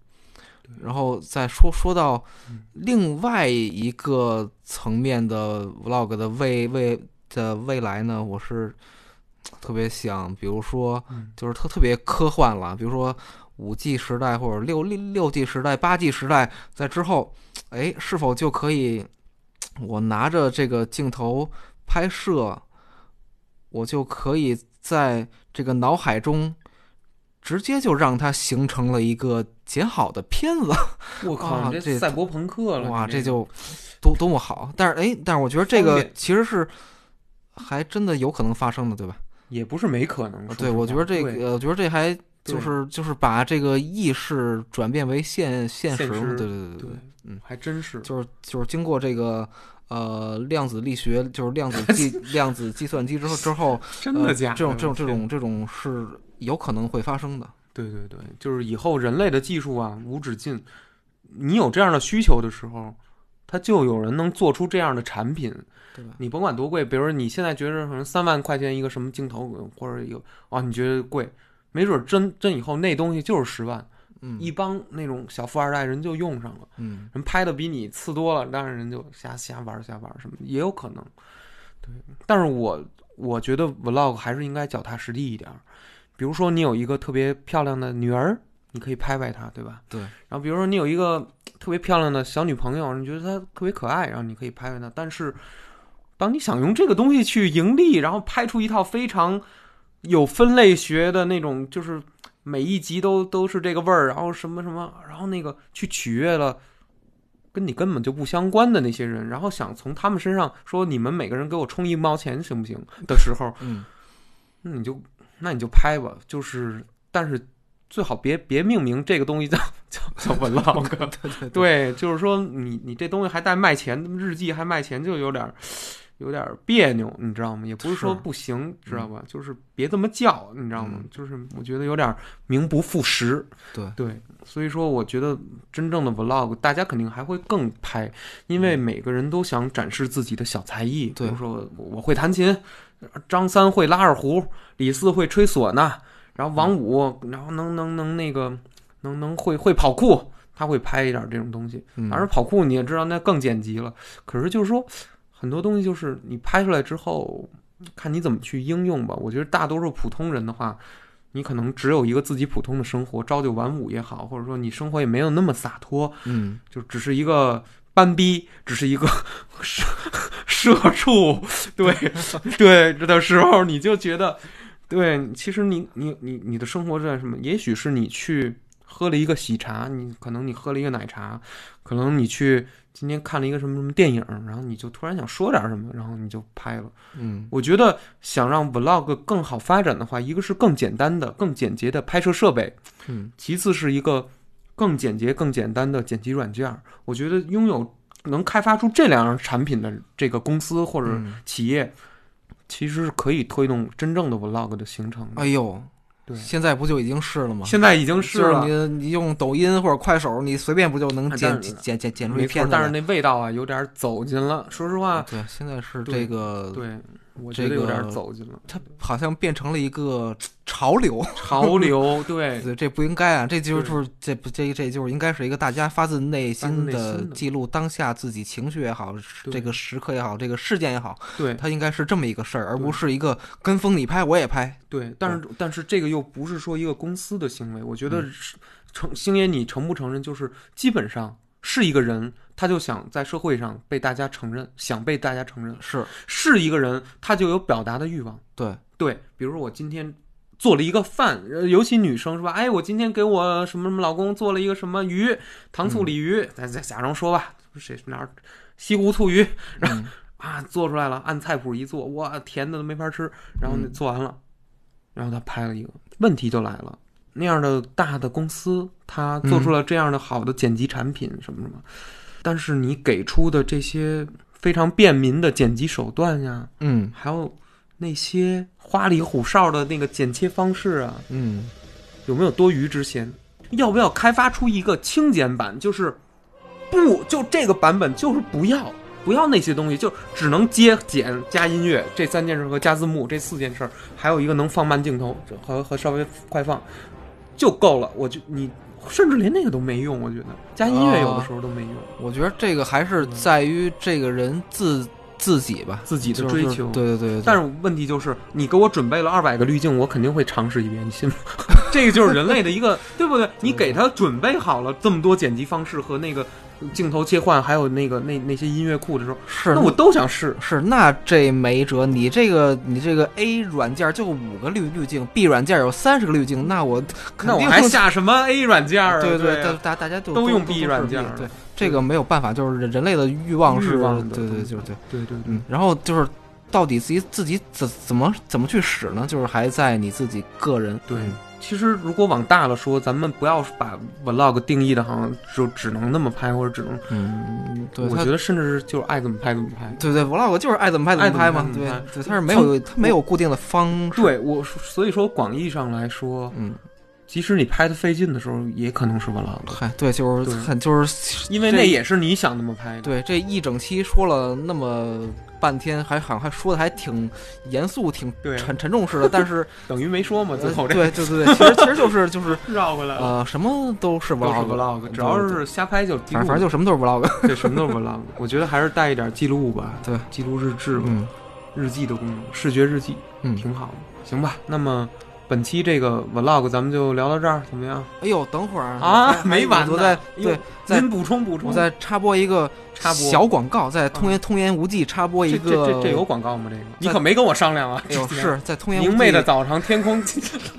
A: 对，
B: 然后再说说到
A: 嗯
B: 另外一个层面的 vlog 的未未的未来呢，我是特别想，比如说
A: 嗯
B: 就是特特别科幻了，比如说五 G 时代或者六六六 G 时代、八 G 时代，在之后，哎，是否就可以我拿着这个镜头拍摄，我就可以在这个脑海中直接就让它形成了一个剪好的片 子。
A: 我靠，
B: 啊
A: 你
B: 这
A: 赛博朋克了，
B: 哇，
A: 你
B: 这
A: 这
B: 就多多么好！但是哎，但是我觉得这
A: 方
B: 个
A: 便
B: 其实是还真的有可能发生的，对吧？
A: 也不是没可能。说
B: 呃对，
A: 实
B: 我
A: 话
B: 觉得这
A: 对
B: 个，我觉得这还就
A: 对
B: 是就是把这个意识转变为现现
A: 现
B: 实嘛，
A: 实
B: 对对对
A: 对
B: 对，，嗯
A: 还真是，
B: 就是就是经过这个呃量子力学，就是量子 计量子计算机之后之后，
A: 真
B: 呃
A: 的假的？
B: 这种这种这
A: 我天，
B: 种这种是有可能会发生的，
A: 对对对，就是以后人类的技术啊无止境，你有这样的需求的时候。它就有人能做出这样的产品，
B: 对吧？
A: 你甭管多贵，比如说你现在觉得可能三万块钱一个什么镜头，或者有啊，你觉得贵，没准真真以后那东西就是十万，
B: 嗯
A: 一帮那种小富二代人就用上了。
B: 嗯，
A: 人拍的比你次多了，当然人就瞎瞎玩儿瞎玩儿什么的也有可能。对，但是我我觉得 vlog 还是应该脚踏实地一点儿。比如说你有一个特别漂亮的女儿，你可以拍拍她，对吧？
B: 对。
A: 然后比如说你有一个特别漂亮的小女朋友，你觉得她特别可爱，然后你可以拍拍她。但是，当你想用这个东西去盈利，然后拍出一套非常有分类学的那种，就是每一集都都是这个味儿，然后什么什么，然后那个去取悦了跟你根本就不相关的那些人，然后想从他们身上说你们每个人给我充一毛钱行不行的时候，
B: 嗯，
A: 那你就那你就拍吧，就是但是最好别别命名这个东西叫叫叫 vlog，
B: 对对对
A: 对，就是说你你这东西还带卖钱，日记还卖钱，就有点儿有点儿别扭，你知道吗？也不是说
B: 是
A: 不行，知道吧？就是别这么叫，你知道吗？
B: 嗯
A: 就是我觉得有点儿名不副实。
B: 对
A: 对，所以说我觉得真正的 vlog 大家肯定还会更拍，因为每个人都想展示自己的小才艺，比
B: 对
A: 如说我我会弹琴，张三会拉二胡，李四会吹唢呐，然后王五，然后能能能那个能能会会跑酷，他会拍一点这种东西。
B: 嗯
A: 当然跑酷你也知道，那更剪辑了。可是就是说，很多东西就是你拍出来之后，看你怎么去应用吧。我觉得大多数普通人的话，你可能只有一个自己普通的生活，朝九晚五也好，或者说你生活也没有那么洒脱，
B: 嗯
A: 就只是一个斑逼只是一个社 社畜，对 对的时候，你就觉得，对，其实你你你你的生活在什么？也许是你去喝了一个喜茶，你可能你喝了一个奶茶，可能你去今天看了一个什么什么电影，然后你就突然想说点什么，然后你就拍了。
B: 嗯
A: 我觉得想让 vlog 更好发展的话，一个是更简单的、更简洁的拍摄设备，
B: 嗯，
A: 其次是一个更简洁、更简单的剪辑软件儿。我觉得拥有能开发出这两样产品的这个公司或者
B: 嗯
A: 企业，其实是可以推动真正的 vlog 的形成的。
B: 哎呦，
A: 对
B: 现在不就已经是了吗？
A: 现在已经是
B: 就是
A: 了，
B: 你你用抖音或者快手，你随便不就能
A: 啊
B: 剪
A: 但是
B: 剪剪剪出
A: 没
B: 一
A: 错
B: 片。子来？
A: 但是那味道啊，有点走进了。说实话，
B: 对，现在是
A: 对
B: 这个，
A: 对我
B: 嗯这
A: 觉得有
B: 个
A: 点走 进了
B: 它好像变成了一个潮流。
A: 潮流。 对，
B: 对，这不应该啊！这就
A: 对
B: 是这不这这就是应该是一个大家发自内心
A: 内
B: 的
A: 心的
B: 记录当下自己情绪也好，
A: 对
B: 这个时刻也好，这个事件也好，
A: 对，
B: 它应该是这么一个事儿，而
A: 对
B: 不是一个跟风你拍我也拍。
A: 对，但是但是这个又不是说一个公司的行为，我觉得
B: 嗯
A: 是承星爷你承不承认，就是基本上是一个人，他就想在社会上被大家承认，想被大家承认，
B: 是
A: 是一个人，他就有表达的欲望。
B: 对，
A: 对，比如我今天做了一个饭，呃尤其女生是吧？哎，我今天给我什么什么老公做了一个什么鱼，糖
B: 嗯
A: 醋鲤鱼，咱咱假装说吧，谁哪儿西湖醋鱼
B: 嗯，
A: 啊，做出来了，按菜谱一做，哇，甜的都没法吃。然后
B: 嗯
A: 那做完了，然后他拍了一个，问题就来了。那样的大的公司，他做
B: 嗯
A: 出了这样的好的剪辑产品，什么什么，但是你给出的这些非常便民的剪辑手段呀，
B: 嗯
A: 还有那些花里胡哨的那个剪切方式啊，
B: 嗯，
A: 有没有多余之嫌？要不要开发出一个轻剪版？就是不就这个版本就是不要不要那些东西，就只能接剪加音乐这三件事和加字幕这四件事儿，还有一个能放慢镜头这和和稍微快放就够了。我就你甚至连那个都没用，我觉得加音乐
B: 啊
A: 有的时候都没用。
B: 我觉得这个还是在于这个人自自己吧，
A: 自己的
B: 就是
A: 追求
B: 对对对对，
A: 但
B: 是
A: 是问题就是，你给我准备了二百个滤镜，我肯定会尝试一遍，你信吗？ 这个就是人类的一个，对不对？你给他准备好了这么多剪辑方式和那个镜头切换，还有那个那那些音乐库的时候，
B: 是
A: 那我都想试。
B: 是，那这没辙。你这个你这个 A 软件就五个滤滤镜，B 软件有三十个滤镜，那我肯
A: 那
B: 定
A: 我还下什么 A 软件啊？
B: 对
A: 对
B: 大
A: 啊，
B: 大大家就
A: 都用
B: 是
A: B 软件
B: B，
A: 儿
B: 对这个没有办法，就是人人类的欲望是，
A: 欲望的
B: 对对
A: 东西
B: 就是对，
A: 对对对
B: 嗯，然后就是到底自己自己怎怎么怎么去使呢？就是还在你自己个人，
A: 对。其实如果往大了说，咱们不要把 vlog 定义的好像就只能那么拍，或者只能，
B: 嗯，对，
A: 我
B: 他
A: 觉得甚至是就是爱怎么拍怎么拍。
B: 对对，vlog 就是爱怎么拍怎
A: 爱
B: 么
A: 怎么
B: 拍
A: 拍
B: 嘛，
A: 怎么
B: 对
A: 拍
B: 对，它是没有它没有固定的方式，
A: 对我，所以说广义上来说，
B: 嗯，
A: 即使你拍的费劲的时候，也可能是 vlog，
B: 嗨，对，就是
A: 对
B: 很就是
A: 因为
B: 这
A: 那也是你想那么拍的。
B: 对，这一整期说了那么半天，还好像还说的还挺严肃、挺
A: 对啊
B: 沉沉重似的，但是
A: 等于没说嘛，最
B: 呃
A: 后这啊
B: 对对对对，其实其实就 是就是
A: 绕回来。
B: 呃，什么都是
A: 都是
B: vlog，
A: vlog，只
B: 对
A: 要
B: 对
A: 是瞎拍就记录，
B: 反正反正就什么都是 vlog。
A: 就 对什么都是 vlog。我觉得还是带一点记录吧，
B: 对，
A: 记录日志、
B: 嗯
A: 日记的功能，视觉日记
B: 嗯，
A: 挺好的，行吧？那么本期这个 vlog 咱们就聊到这儿，怎么样？
B: 哎呦，等会儿
A: 啊
B: 还
A: 没完呢
B: 我再
A: 哎呦
B: 对，再
A: 您补充补充，
B: 我再插播一个
A: 插播啊
B: 小广告，在通言通言无忌插播一
A: 这
B: 个，
A: 这这这有广告吗？这个你可没跟我商量啊！
B: 哎呦
A: 之前
B: 是在通言无忌
A: 明媚的早上，天空，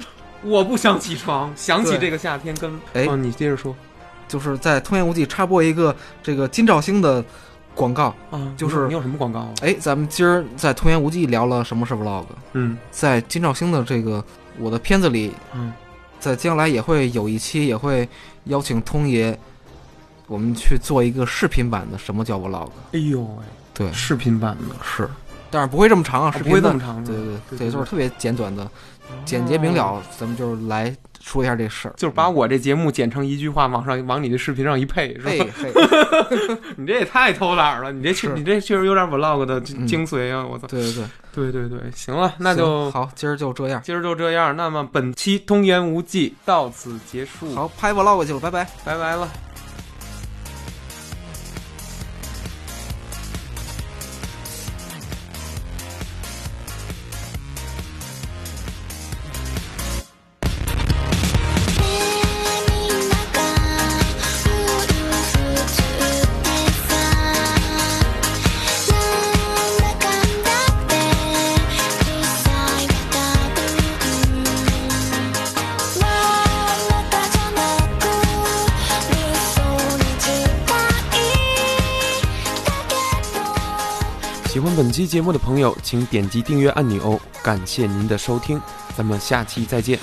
A: 我不想起床，想起
B: 对
A: 这个夏天跟
B: 哎
A: 哦，你接着说
B: 就是在通言无忌插播一个这个金兆星的广告。
A: 啊，
B: 就是
A: 你有你有什么广告啊？
B: 哎，咱们今儿在童言无忌聊了什么是 vlog，
A: 嗯
B: 在金兆星的这个我的片子里，
A: 嗯，
B: 在将来也会有一期，也会邀请通爷，我们去做一个视频版的什么叫 vlog。
A: 哎呦喂、
B: 对，
A: 视频版的，
B: 是，但是不会这么长啊，
A: 啊
B: 视
A: 不会
B: 频
A: 那
B: 的
A: 么，长
B: 对
A: 是吧，
B: 对
A: 对
B: 对，就是特别简短的，简洁明
A: 哦
B: 了，咱们就是来说一下这事儿，
A: 就是把 我这节目剪成一句话，往上往你的视频上一配，是
B: 哎
A: 吧？
B: 嘿，
A: 你这也太偷懒了，你这确
B: 是
A: 你这确实有点 vlog 的
B: 嗯
A: 精髓啊！我操，
B: 对对对，
A: 对对对，行了，那
B: 行
A: 就
B: 好，今儿就这样，
A: 今儿就这样。那么本期《通言无忌》到此结束，
B: 好，拍 vlog 去了，拜拜。
A: 拜拜了。
D: 「胸に中うるふつってさ」
A: 本期节目的朋友，请点击订阅按钮。感谢您的收听，咱们下期再见。